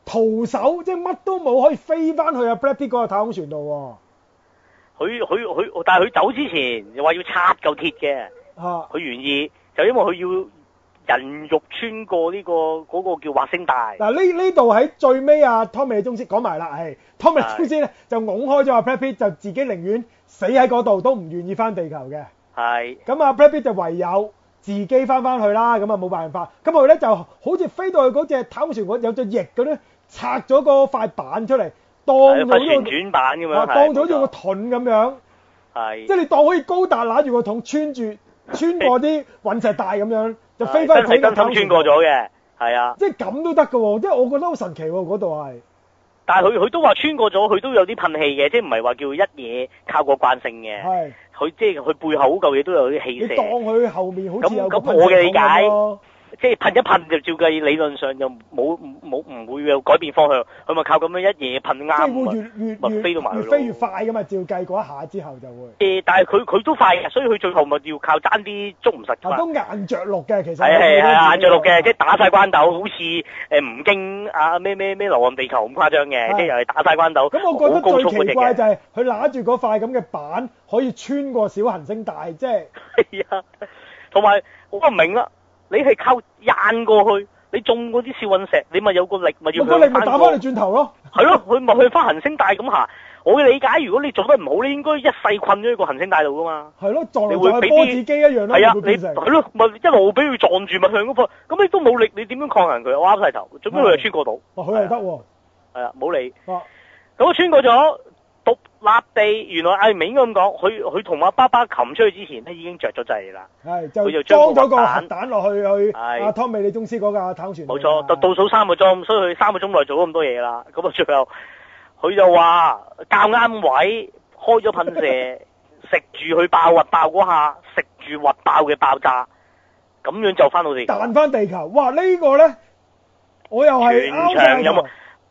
徒手，即係乜都冇，可以飛翻去阿 Brad Pitt 嗰個太空船度佢佢佢，但係佢走之前又話要拆嚿鐵嘅，喎。嚇佢願意，就因為佢要人肉穿過呢、個嗰、個叫滑星帶，嗱呢呢度喺最尾啊，Tommy 李宗先講埋啦，係 Tommy 李係宗先咧就拱開咗阿 Brad Pitt，就自己寧願死喺嗰度都唔願意翻地球嘅。係咁啊 Brad Pitt 就唯有自己翻翻去啦，咁啊冇辦法。咁佢咧就好似飛到去嗰只太空船嗰有隻翼咁咧，拆咗個塊板出嚟，當係一塊咗旋個轉板咁啊樣，當咗係咗個盾咁樣，係即係你當可以高達揦住個桶穿住穿過啲隕石帶 <laughs> 咁樣，就飛翻哎真係真心穿過咗嘅，係啊。即係咁都得嘅喎，即係我覺得好神奇喎嗰度係。但係佢佢都話穿過咗，佢都有啲噴氣嘅，即係唔係話叫一嘢靠過慣性嘅。係，佢即係佢背後嗰嚿嘢都有啲氣啊你射當，佢後面好似有個咁咁我嘅理解噴射筒咁咯即係噴一噴就照計理論上就冇冇唔會有改變方向，佢咪靠咁樣一嘢噴即係會啱。越越咪越飛到埋去越咯飛越快噶嘛，照計嗰一下之後就會。誒，但係佢佢都快嘅，所以佢最後咪要靠爭啲捉唔實㗎啊，嘛。都硬着陸嘅其實。係係係眼着陸 <laughs> 嘅，即係係打晒關鬥，好似誒吳京啊咩咩咩流浪地球咁誇張嘅，係即係又係打晒關鬥，咁我好覺得高速最嗰奇只怪就嘅。係佢揦住嗰塊咁嘅板，可以穿過小行星帶，即係 <laughs> 係啊，同埋我唔明啦，你係靠硬過去，你中嗰啲小隕石，你咪有個力咪要咁你向咪翻打過翻你轉頭咯。係咯，佢咪去翻行星帶咁行。我嘅理解，如果你做得唔好，你應該一世困咗喺個行星帶度噶嘛。係咯，撞你會落去俾啲波子機一樣咯，係啊，會你變成係咯，咪一路俾佢撞住，咪向嗰個。咁你都冇力，你點樣抗衡佢？我啱晒頭，最尾佢就穿過到。哇，佢又得喎，係啊，冇理。啊咁穿過咗獨立地，原來艾明應該咁講，佢佢同阿爸爸擒出去之前咧已經着咗掣啦。係佢就就將裝咗個個核核彈彈落去去係阿湯美李宗師嗰架太空船度冇㗎。錯，就倒數三個鐘，所以佢三個鐘內做咗咁多嘢啦。咁啊，最後佢就話較啱位，開咗噴射， <laughs> 食住佢爆核爆嗰下，食住核爆嘅爆炸，咁樣就翻到地球啦。彈翻地球，哇！呢、個咧，我又係全啱場有晒冇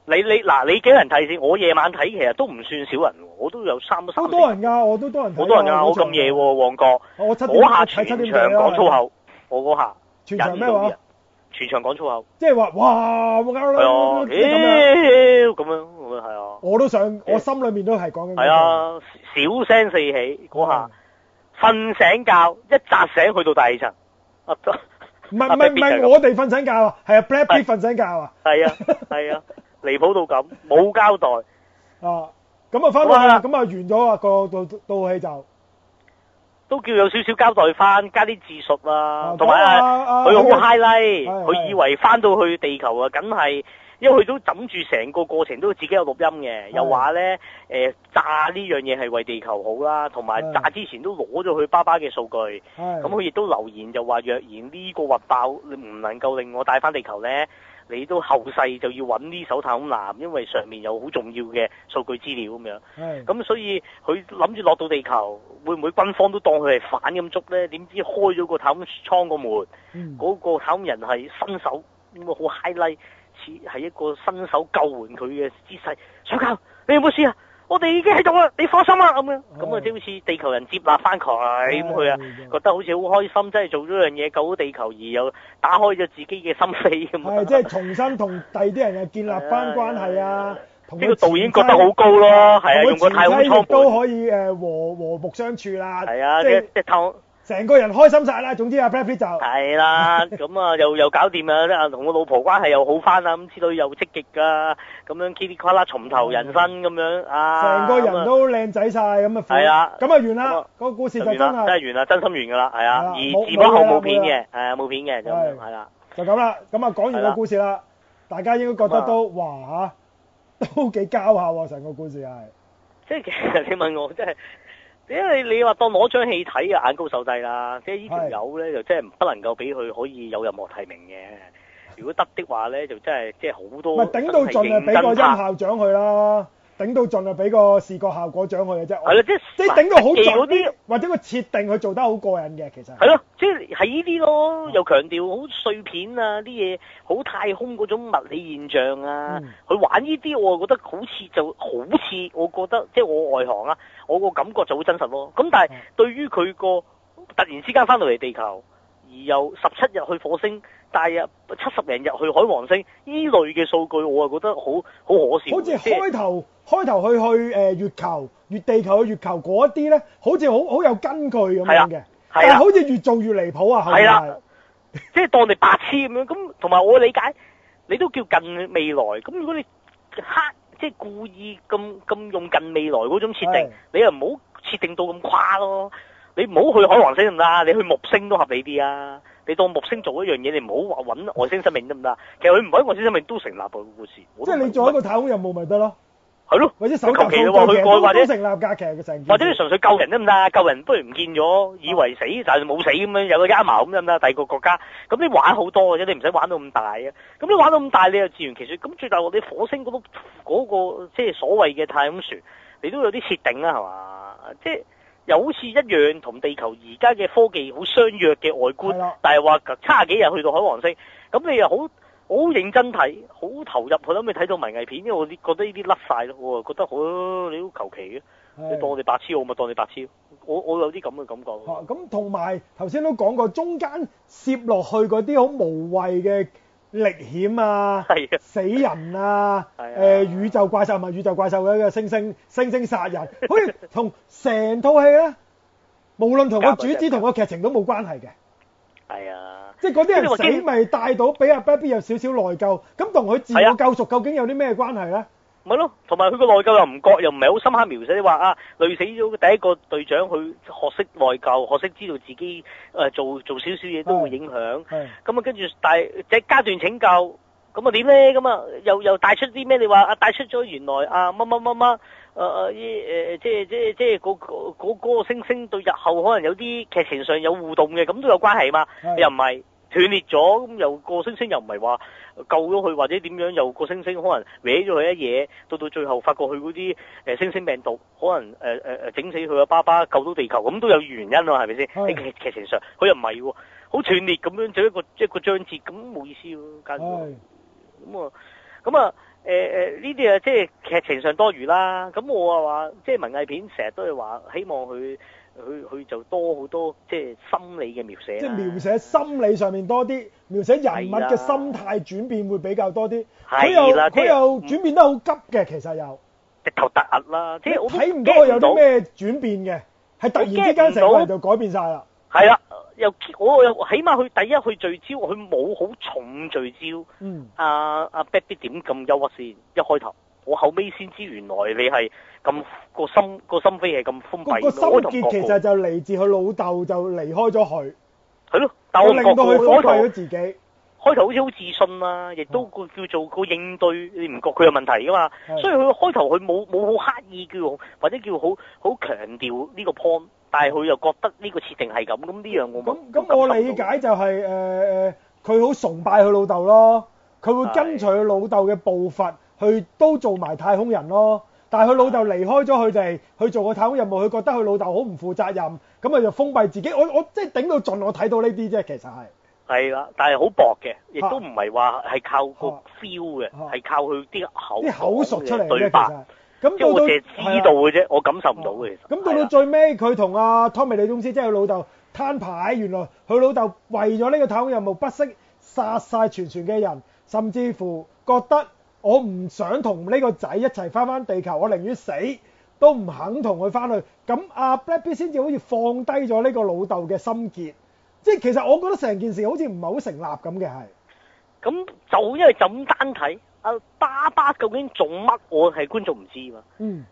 你你嗱，你幾多人睇先？我夜晚睇其實都唔算少人喎，我都有三三四好多人㗎，我都多人睇㗎。好多人啊！我咁夜喎，旺角，我七點我下睇啊全七場點幾啦講粗，口，我嗰下全場咩忍唔到話啲人？全場講粗口，即係話哇，冇搞係啦，啊，即係咁樣。哦咦咁樣咁樣係啊。我都想，我心裏面都係講緊。係，啊，小聲四起嗰哦下，瞓醒覺一扎醒去到第二層，啊都唔係唔係唔係，我哋瞓醒覺啊，係啊，Brad 係 Pitt 瞓醒覺啊，係啊係啊，離譜到咁，冇交代。啊，咁啊翻到去啦，哇咁啊完咗啊個套套戲就。都叫有少少交代翻，加啲自述啦，同埋啊啊佢好 highlight，係佢以為翻到去地球啊，梗係因為佢都枕住成個過程都自己有錄音嘅，又話咧誒炸呢樣嘢係為地球好啦，同埋係炸之前都攞咗佢爸爸嘅數據，啊係咁佢亦都留言就話，若然呢個核爆唔能夠令我帶翻地球咧，你都後世就要揾呢艘太空艦，因為上面有好重要嘅數據資料咁樣。係咁所以佢諗住落到地球，會唔會軍方都當佢係反咁捉咧？點知開咗個太空艙個門，嗯嗰、個太空人係新手，咁啊好 highlight，似係一個新手救援佢嘅姿勢。想教你有冇事啊？我哋已經喺度啦，你放心啦咁哦樣。咁啊，即係好似地球人接納翻佢咁佢啊。覺得好似好開心，真係做咗樣嘢救到地球，而又打開咗自己嘅心扉咁啊！係即係重新同第二啲人啊建立翻關係啊，同呢佢個導演前覺妻得好高咯，係啊，同用個佢太空前妻亦艙都門，可以誒和和睦相處啦， <laughs> 係啊，即即係即啊透成個人開心晒啦。總之阿 Brad Pitt 就係啦，咁啊又又搞掂啦，啊同我老婆關係又好翻啦，咁之類又積極噶，咁樣噼里呱啦從頭人生咁樣啊，成個人咁啊都靚仔晒咁啊，係啊咁啊完咁啦啊，個故事就就完真啦，真係係完啦，真心完噶啦，係啊係，啦而冇字幕後冇嘢啦冇片嘅，係啊冇片嘅就咁樣係係啦，就咁啦。咁啊講係完個啦故事啦，大家應該咁覺得啊都哇嚇，都幾交下喎，成個故事係。即係其實你問我真係。因為你話當攞張戲睇啊，眼高手低啦。即係呢條友咧，就真係不能夠俾佢可以有任何提名嘅。如果得的話咧，就真係即係好多咪頂到盡啊，俾真個係認音真拍效獎佢啦，頂到盡啊，俾個視覺效果獎佢嘅啫。係啦，即係即係頂到好特技嗰盡啲，或者個設定佢做得好過癮嘅，其實係咯，即係係呢啲嗯咯，又強調好碎片啊，啲嘢好太空嗰種物理現象啊嗯，佢、玩呢啲我覺得好似就好似，我覺得即係我外行啊，我個感覺就好真實咯。咁但係嗯對於佢個突然之間翻到嚟地球，而又十七日去火星，大約七十零日去海王星，呢類嘅數據我啊覺得好好可笑嘅，好似即係開頭開頭去去誒月球、月地球去月球嗰一啲咧，好似好好有根據咁樣嘅，係但係啦好似越做越離譜啊，後係面啦係。即係當你白痴咁樣。咁同埋我理解，你都叫近未來。咁如果你黑即係故意咁咁用近未來嗰種設定係，你又唔好設定到咁誇咯。你唔好去海王星得唔得啊？你去木星都合理啲啊！你當木星做一樣嘢，你唔好話揾外星生命得唔得？其實佢唔揾外星生命都成立嘅故事。即係你做一個太空任務咪得咯，係咯，或者手求其你集話佢數據其實過都或者都成立㗎，其實成件事或者你純粹救人得唔得？救人不如唔見咗，以為死，但係冇死咁樣，有個陰謀咁得唔得？第二個國家，咁你玩好多嘅啫，你唔使玩到咁大啊！咁你玩到咁大，你又自圓其説。咁最大鑊，你火星嗰碌嗰個即係所謂嘅太空船，你都有啲設定啦，啊係嘛？即係又好似一樣同地球而家嘅科技好相若嘅外係觀啦，但係話差幾日去到海王星，咁你又好。好認真睇，好投入去，諗你睇到文藝片，因為我啲覺得呢啲甩晒咯，我啊覺得好你都求其嘅。係你當我哋白痴，我咪當你白痴。我我有啲咁嘅感覺。嚇咁同埋頭先都講過，中間攝落去嗰啲好無謂嘅歷險啊、係啊，死人啊、係啊誒宇宙怪獸唔係宇宙怪獸嘅一個猩猩猩猩殺人，好似同成套戲咧，無論同個主旨同個劇情都冇關係嘅。係啊，即係嗰即係你話啲人死經咪帶到俾阿 Baby 有少少內疚，咁同佢自我係啊救贖究竟有啲咩關係咧？咪咯。同埋佢個內疚又唔覺，又唔係好深刻描寫。你話啊，累死咗第一個隊長，佢學識內疚，學識知道自己誒、呃做做少少嘢都會影響。係咁啊，跟住但係即係加段拯救，咁啊點咧？咁啊又又帶出啲咩？你話啊帶出咗原來啊乜乜乜乜誒誒依誒呃即係即係即係嗰嗰嗰嗰個星星對日後可能有啲劇情上有互動嘅，咁都有關係嘛？係又唔係斷裂咗，咁又個星星又唔係話救咗佢或者點樣，又個星星可能搲咗佢一嘢，到到最後發覺佢嗰啲誒星星病毒可能誒誒誒整死佢個爸爸，救到地球，咁都有原因啊，係咪先？係喺劇劇情上，佢又唔係喎，好斷裂咁樣，做一個一個章節，咁冇意思咯，間係咁啊，咁啊，誒誒呢啲啊，即係劇情上多餘啦。咁我啊話，即係文藝片成日都係話，希望佢佢佢就多好多即係心理嘅描寫啦。即係描寫心理上面多啲，描寫人物嘅心態轉變會比較多啲。佢又係啦即係嗯佢又轉變得好急嘅，其實又直頭突兀啦，即係我都睇唔到啊驚佢有啲。咩轉變嘅，係突然之間成個人就改變晒啦。係啦，又我又起碼佢第一佢聚焦，佢冇好重聚焦。嗯，阿阿 b a b y 點咁憂鬱先？一開頭，我後尾先知原來你係咁個心個心扉係咁封個閉。個心我開頭唔結覺其喎實就嚟自佢老豆就離開咗佢，係咯，但我佢唔覺令到佢喎封我開閉咗哦頭自己。開頭好似好自信啦、亦都個叫做個應對，你唔覺佢有問題噶嘛？所以佢開頭佢冇冇好刻意叫或者叫好好強調呢個 point，但係佢又覺得呢個設定係咁，咁呢樣我咁冇咁我感受理到解就係誒誒，佢好崇拜佢老豆咯，佢會跟隨佢老豆嘅步伐去都做埋太空人咯。但係佢老豆離開咗佢哋去做個太空任務，佢覺得佢老豆好唔負責任，咁啊就封閉自己。我我即係頂到盡，我睇到呢啲啫，其實係係啦，但係好薄嘅，亦嚇都唔係話係靠個嚇 feel 嘅，嚇係靠佢啲口啲口述出嚟講對嘅白其，實。咁即係到我到淨係知道嘅啫，我感受唔到嘅。其實哦咁係到啊到啦最尾，佢同阿 Tommy 李宗師即係佢老豆攤牌，原來佢老豆為咗呢個太空任務不惜殺晒全船嘅人，甚至乎覺得我唔想同呢個仔一齊翻返地球，我寧願死都唔肯同佢翻去。咁阿 Brad Pitt 先至好似放低咗呢個老豆嘅心結，即係其實我覺得成件事好似唔係好成立咁嘅係。咁就因為就咁單睇，阿爸爸究竟做乜，我係觀眾唔知嘛。嗯，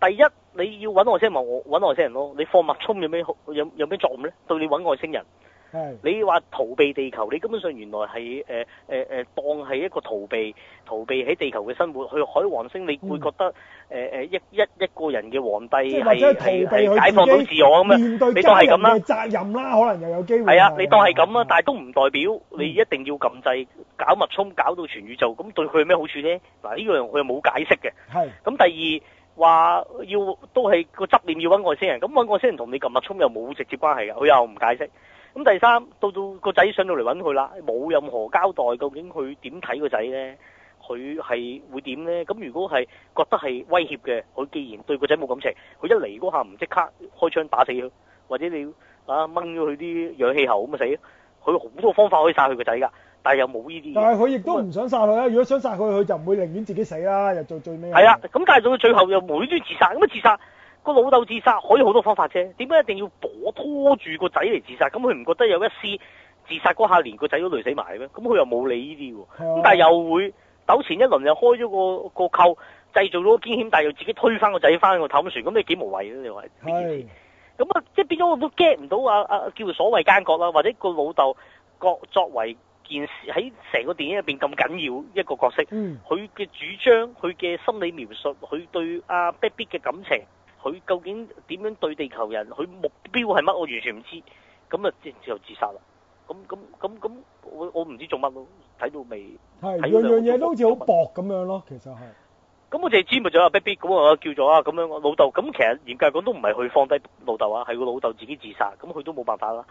第一，你要揾外星人，咪我揾外星人咯。你放脈衝有咩好有有咩作用咧？對你揾外星人，係你話逃避地球，你根本上原來係誒誒誒當係一個逃避，逃避喺地球嘅生活。去海王星，你會嗯覺得誒誒一一一個人嘅皇帝即係係或者係逃係避係解放到佢自自己我咁樣。面對你當家係人咁啦嘅責任啦，可能又有機會係啊係，你當係咁啊係，但係都唔代表你一定要撳掣搞脈衝，搞到全宇宙，咁對佢有咩好處咧？嗱，呢樣佢又冇解釋嘅。係咁第二話要都係個執念要揾外星人，咁揾外星人同你撳脈衝又冇直接關係嘅，佢又唔解釋。咁第三到到個仔上到嚟揾佢啦，冇任何交代，究竟佢點睇個仔咧？佢係會點咧？咁如果係覺得係威脅嘅，佢既然對個仔冇感情，佢一嚟嗰下唔即刻開槍打死佢，或者你啊掹咗佢啲氧氣喉咁咪啊死咯。佢好多方法可以殺佢個仔㗎，但係又冇呢啲嘢。但係佢亦都唔想殺佢啦，如果想殺佢，佢就唔會寧願自己死啦，又做最尾。係啊，咁但係到最後又無端端自殺，咁啊自殺個老豆自殺可以好多方法啫，點解一定要拖拖住個仔嚟自殺？咁佢唔覺得有一絲自自殺嗰下連個仔都累死埋咩？咁佢又冇理呢啲喎。係啊咁但係又會糾纏一輪，又開咗個個扣，製造咗個驚險，但係又自己推翻個仔翻個氹船，咁你幾無謂啊咧？你話呢件事係咁啊，即係變咗我都 get 唔到啊啊叫做所謂奸角啦，或者個老豆角作為件事喺成個電影入邊咁緊要一個角色，嗯佢嘅主張、佢嘅心理描述、佢對阿 b a b y 嘅感情，佢究竟點樣對地球人，佢目標係乜，我完全唔知。咁啊，即就自殺啦。咁咁咁咁，我我唔知做乜咯，睇到未？係睇樣兩個樣嘢都好似好薄咁樣咯，其實係咁我哋知咪就阿 b a b y 咁啊叫咗啊咁樣老豆，咁其實嚴格講都唔係佢放低老豆啊，係個老豆自己自殺，咁佢都冇辦法啦，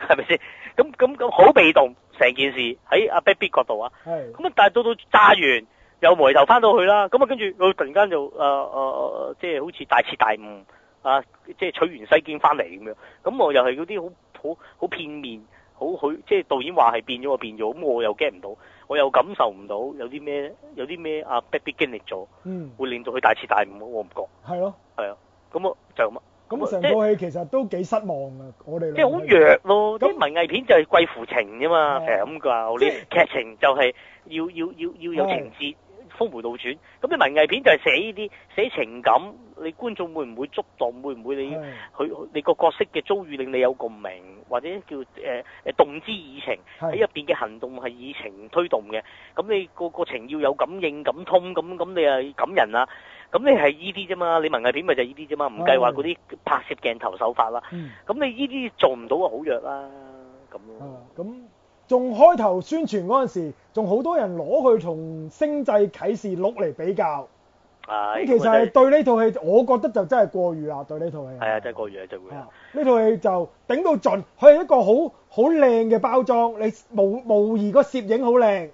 係咪先？咁咁咁好被動成件事喺阿 b a b y 角度啊，係咁啊但係到到炸完又埋頭翻到去啦，咁啊跟住佢突然間就誒誒、呃呃即係好似大徹大悟啊，即係取完西經翻嚟咁樣，咁我又係嗰啲好好好片面，好佢即係導演話係變咗就變咗，咁我又 get 唔到，我又感受唔到有啲咩有啲咩啊 b a b y 經歷咗。嗯會令到佢大徹大悟，我唔覺，係咯。係啊，咁啊就咁啊，咁咁啊成即係套戲其實都幾失望啊！我哋兩個即係好弱咯。咁啲文藝片就係貴乎情啫嘛，係啊成日咁噶。我即啲係劇情就係要要要要有情節，峰迴路轉。咁你文藝片就係寫呢啲寫情感，你觀眾會唔會觸動？會唔會你係佢佢你個角色嘅遭遇令你有共鳴，或者叫誒誒、呃、動之以情？喺入係邊嘅行動係以情推動嘅，咁你個個情要有感應、感通，咁咁你啊感人啦。咁你係依啲啫嘛，你文藝片咪就係依啲啫嘛，唔計話嗰啲拍攝鏡頭手法啦。嗯咁你依啲做唔到啊，好弱啦，咁啊咯。咁仲開頭宣傳嗰陣時，仲好多人攞佢同《星際啟示錄》嚟比較。係咁其實咁啊真係對呢套戲，我覺得就真係過譽啦。對呢套戲係啊，真係過譽啊，就會啊啊！呢套戲就頂到盡，佢係一個好好靚嘅包裝，你無無疑個攝影好靚，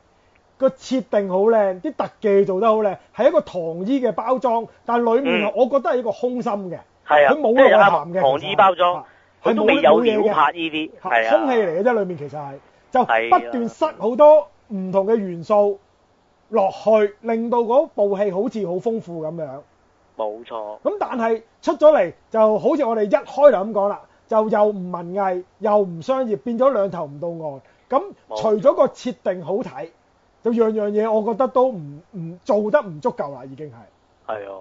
個設定好靚，啲特技做得好靚，係一個唐衣嘅包裝，但裡面嗯我覺得係一個空心嘅，係啊，佢冇即係內啱涵嘅，糖衣包裝，其實佢係都冇未有料冇嘢嘅拍呢啲，係啊，空氣嚟嘅啫，裡面其實係就係啊不斷塞好多唔同嘅元素落去，令到嗰部戲好似好豐富咁樣。冇錯，咁但係出咗嚟就好似我哋一開頭咁講啦，就又唔文藝又唔商業，變咗兩頭唔到岸。咁冇除咗個設定好睇，就樣樣嘢我覺得都唔唔做得唔足夠啦，已經係。係啊。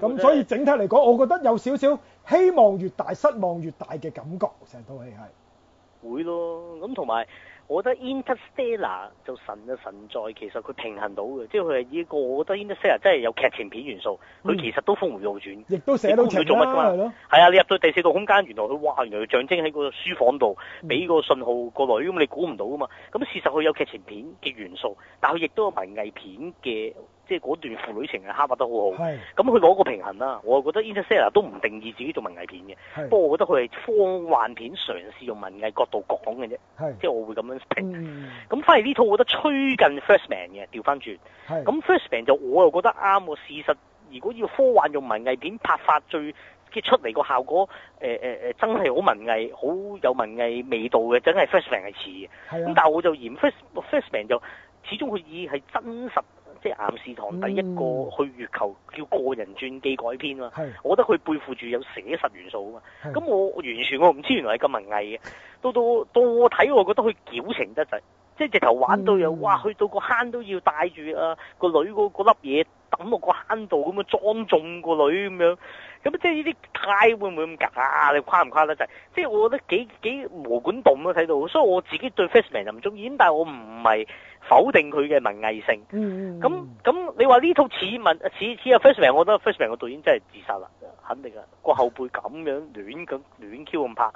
咁所以整體嚟講，我覺得有少少希望越大失望越大嘅感覺，成套戲係。會咯，咁同埋我覺得 Interstellar 就神就神在，其實佢平衡到嘅，即係佢係呢個，我覺得 Interstellar 真係有劇情片元素，嗯佢其實都峰迴路轉。亦都寫到你估情佢做乜啦，㗎嘛係咯，係啊，你入到第四度空間，原來佢哇，原來佢象徵喺個書房度嗯俾個信號個女，咁你估唔到噶嘛。咁事實佢有劇情片嘅元素，但佢亦都有文藝片嘅，即係嗰段父女情係刻畫得好好。係咁佢攞個平衡啦，我覺得 Interstellar 都唔定義自己做文藝片嘅，不係過我覺得佢係科幻片嘗試用文藝角度講嘅啫，係，即係我會咁樣評。嗯咁反而呢套我覺得趨近 First Man 嘅，調翻轉。係咁 First Man 就我又覺得啱喎。事實如果要科幻用文藝片拍法最嘅出嚟個效果，誒誒誒，真係好文藝，好有文藝味道嘅，真係 First Man 係似嘅。係咁啊，但係我就嫌 First First Man 就始終佢以係真實，即係岩士堂第一嗯個去月球叫個人傳記改編啊嘛。係我覺得佢背負住有寫實元素啊嘛。係咁我完全我唔知原來係咁文藝嘅，到到到我睇我覺得佢矯情得滯，即係直頭玩到有嗯哇，去到個坑都要帶住啊個女嗰嗰粒嘢抌落個坑度咁樣裝中個女咁樣，咁即係呢啲太會唔會咁假？啊你誇唔誇得滯？即係我覺得幾幾毛管動咯睇到，所以我自己對 Fishman 就唔中意，咁但係我唔係否定佢嘅文藝性。嗯嗯咁嗯咁，你話呢套似文似似啊 Freshman，我覺得 Freshman 個導演真係自殺啦，肯定啊！個後輩咁樣亂咁亂 Q 咁拍，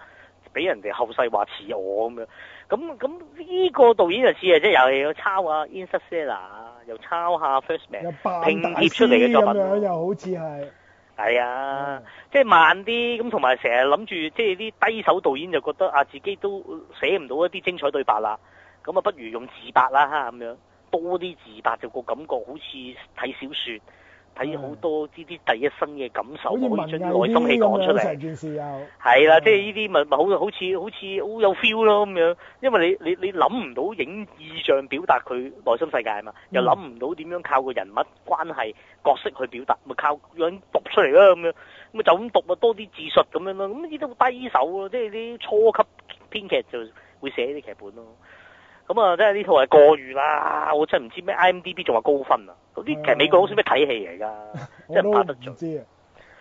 俾人哋後世話似我咁樣。咁咁呢個導演就似啊，即係又有抄啊 Interstellar，又啊抄下 Freshman，啊又扮拼大貼出嚟嘅師作咁品樣，又好似係。係啊，即係慢啲咁，同埋成日諗住即係啲低手導演就覺得啊，自己都寫唔到一啲精彩對白啦，咁啊不如用自白啦嚇咁樣，多啲自白就個感覺哦好似睇小説，睇好多呢啲第一身嘅感受，好可似以文藝將啲內心戲啲講咁出樣，嚟成。件事又係啦，嗯即係呢啲咪咪好好似好似好有 feel 咯咁樣，因為你你你諗唔到影意象表達佢內心世界啊嘛，嗯又諗唔到點樣靠個人物關係角色去表達，咪靠樣讀出嚟啦咁樣，咁啊咪就咁讀咪多啲自述咁樣咯，咁呢啲好低手咯，即係啲初級編劇就會寫啲劇本咯。咁啊，真係呢套係過譽啦！我真係唔知咩 IMDB 仲話高分啊！嗰啲其實美國佬算咩睇戲嚟㗎？ <laughs> 我真係都唔怕得唔罪知啊。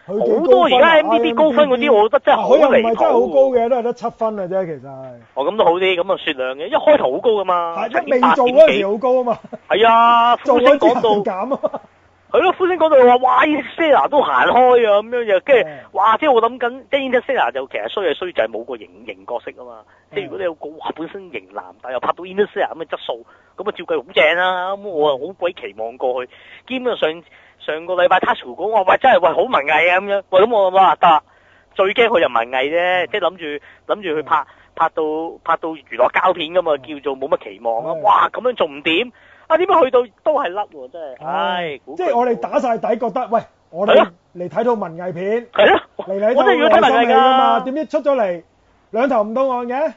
佢幾好多而家分啊 IMDB 高分嗰啲，我覺得真係啊好佢又唔係離譜。真係好高嘅，都係得七分嘅啫，其實係。哦，咁都好啲，咁啊雪亮嘅，一開頭好高噶嘛，係一七未點八做點嗰陣時幾，好高啊 <laughs> 嘛，係啊，做呼聲嗰陣時講就到，減啊嘛。係咯，呼聲講到話，哇，Interstellar 都行開啊，咁樣又跟住嗯，哇，即係我諗緊，即係 Interstellar 就其實衰就衰就係冇個型型角色啊嘛，即係如果你有個哇本身型男，但又拍到 Interstellar 咁嘅質素，咁啊照計好正啦，咁我啊好鬼期望過去，兼啊上上個禮拜 Tasuku 講話，喂真係喂好文藝啊咁樣，喂咁我話哇得啦，最驚佢就文藝啫，即係諗住諗住去拍。拍到拍到娛樂膠片咁嘛，啊叫做冇乜期望啊！係哇，咁樣仲唔掂啊？點解去到都係甩喎，真係， <laughs> 唉，即係我哋打晒底，覺得喂，我係哋啊嚟睇套文藝片，係咯，嚟睇我真係要睇套文內藝心戲㗎啊嘛，㗎，點知出咗嚟兩頭唔到岸嘅，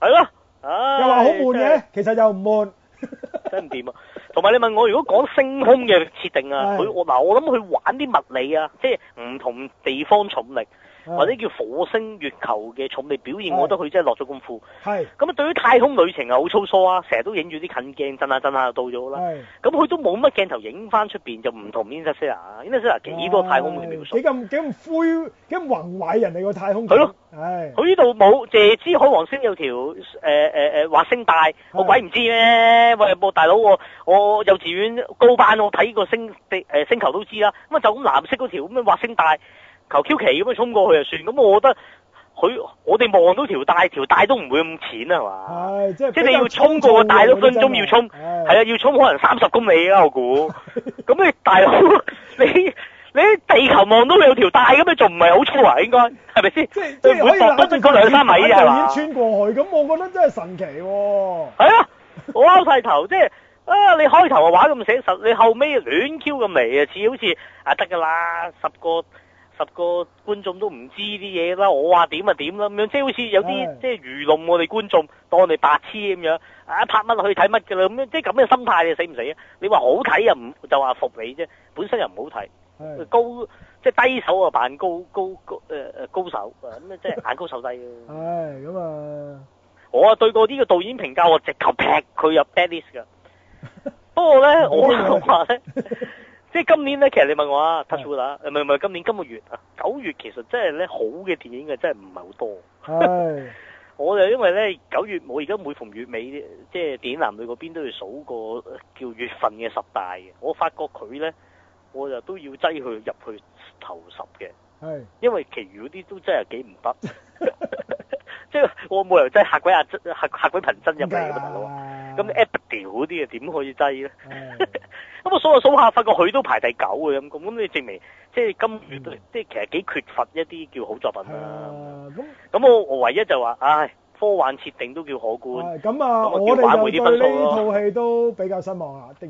係咯，唉，又話好悶真係嘅，，其實又唔悶。 <laughs> 真唔掂啊！同埋你問我，如果講星空嘅設定啊，係佢我嗱我諗佢玩啲物理啊，即係唔同地方重力或者叫火星、月球嘅重力表現，係我覺得佢真係落咗功夫。係咁啊，對於太空旅程啊，好粗疏啊，成日都影住啲近鏡，震下震下啊就到咗啦。係咁佢都冇乜鏡頭影翻出邊，就唔同 Interstellar，Interstellar 幾多太空嘅啊描述幾，咁幾咁灰，幾咁宏偉人哋個太空。係咯，係佢呢度冇謝知海王星有條呃誒誒誒滑星帶，啊我鬼唔知咩？喂，冇大佬我我幼稚園高班我睇個星地誒、星球都知啦，咁啊就咁藍色嗰條咁樣滑星帶，求 Q 旗咁樣衝過去就算，咁我覺得佢我哋望到條帶，條帶都唔會咁淺啊係嘛？係，即係即係你要衝過個大粒分鐘要衝，係係啊，要衝可能三十公里啊，我 <laughs> 估。咁你大佬， <laughs> 你你喺地球望到有條帶咁，你仲唔係好粗啊？應該係咪先？即係即係你唔可會以攬放住得嗰兩三米啫係已嘛經穿過去，咁我覺得真係神奇喎。係啊，我拗晒頭，即係啊！你開頭啊玩咁寫實，你後尾亂 Q 咁嚟啊，似好似啊得㗎啦，十個十個觀眾都唔知啲嘢啦，我話點啊點啦咁樣，即係好似有啲唉即係愚弄我哋觀眾，當你白痴咁樣，啊拍乜去睇乜㗎啦咁樣，即係咁嘅心態你死唔死啊？你話好睇又唔就話服你啫，本身又唔好睇。係高即係低手啊，扮高高高誒誒高手啊咁啊，即係眼高手低哦咯。係咁啊，我啊對過呢個導演評價，我直頭劈佢入 bad list 㗎。不過 <laughs> 咧， <laughs> 我我話咧，即係今年咧，其實你問我啊 t o u c h wood 啊，唔係唔係今年今個月啊，九月其實真係咧好嘅電影嘅真係唔係好多。係我就因為咧九月我而家每逢月尾，即係電影男女嗰邊都要數個叫月份嘅十大嘅，我發覺佢咧我就都要擠佢入去頭十嘅。係因為其餘嗰啲都真係幾唔得， <laughs> 即係我冇理由真係嚇鬼阿珍嚇嚇鬼彭 <laughs> 真入嚟㗎嘛，大啊佬。嗯咁 a p p 嗰啲啊點可以擠咧？係 <laughs> 咁我數下數下，發覺佢都排第九嘅咁，咁咁你證明即係今月都嗯即係其實幾缺乏一啲叫好作品係啦。啊，咁咁我我唯一就話，唉，科幻設定都叫可觀。係咁啊，咁我叫我挽哋回就啲分對數咯呢套戲都比較失望啦，的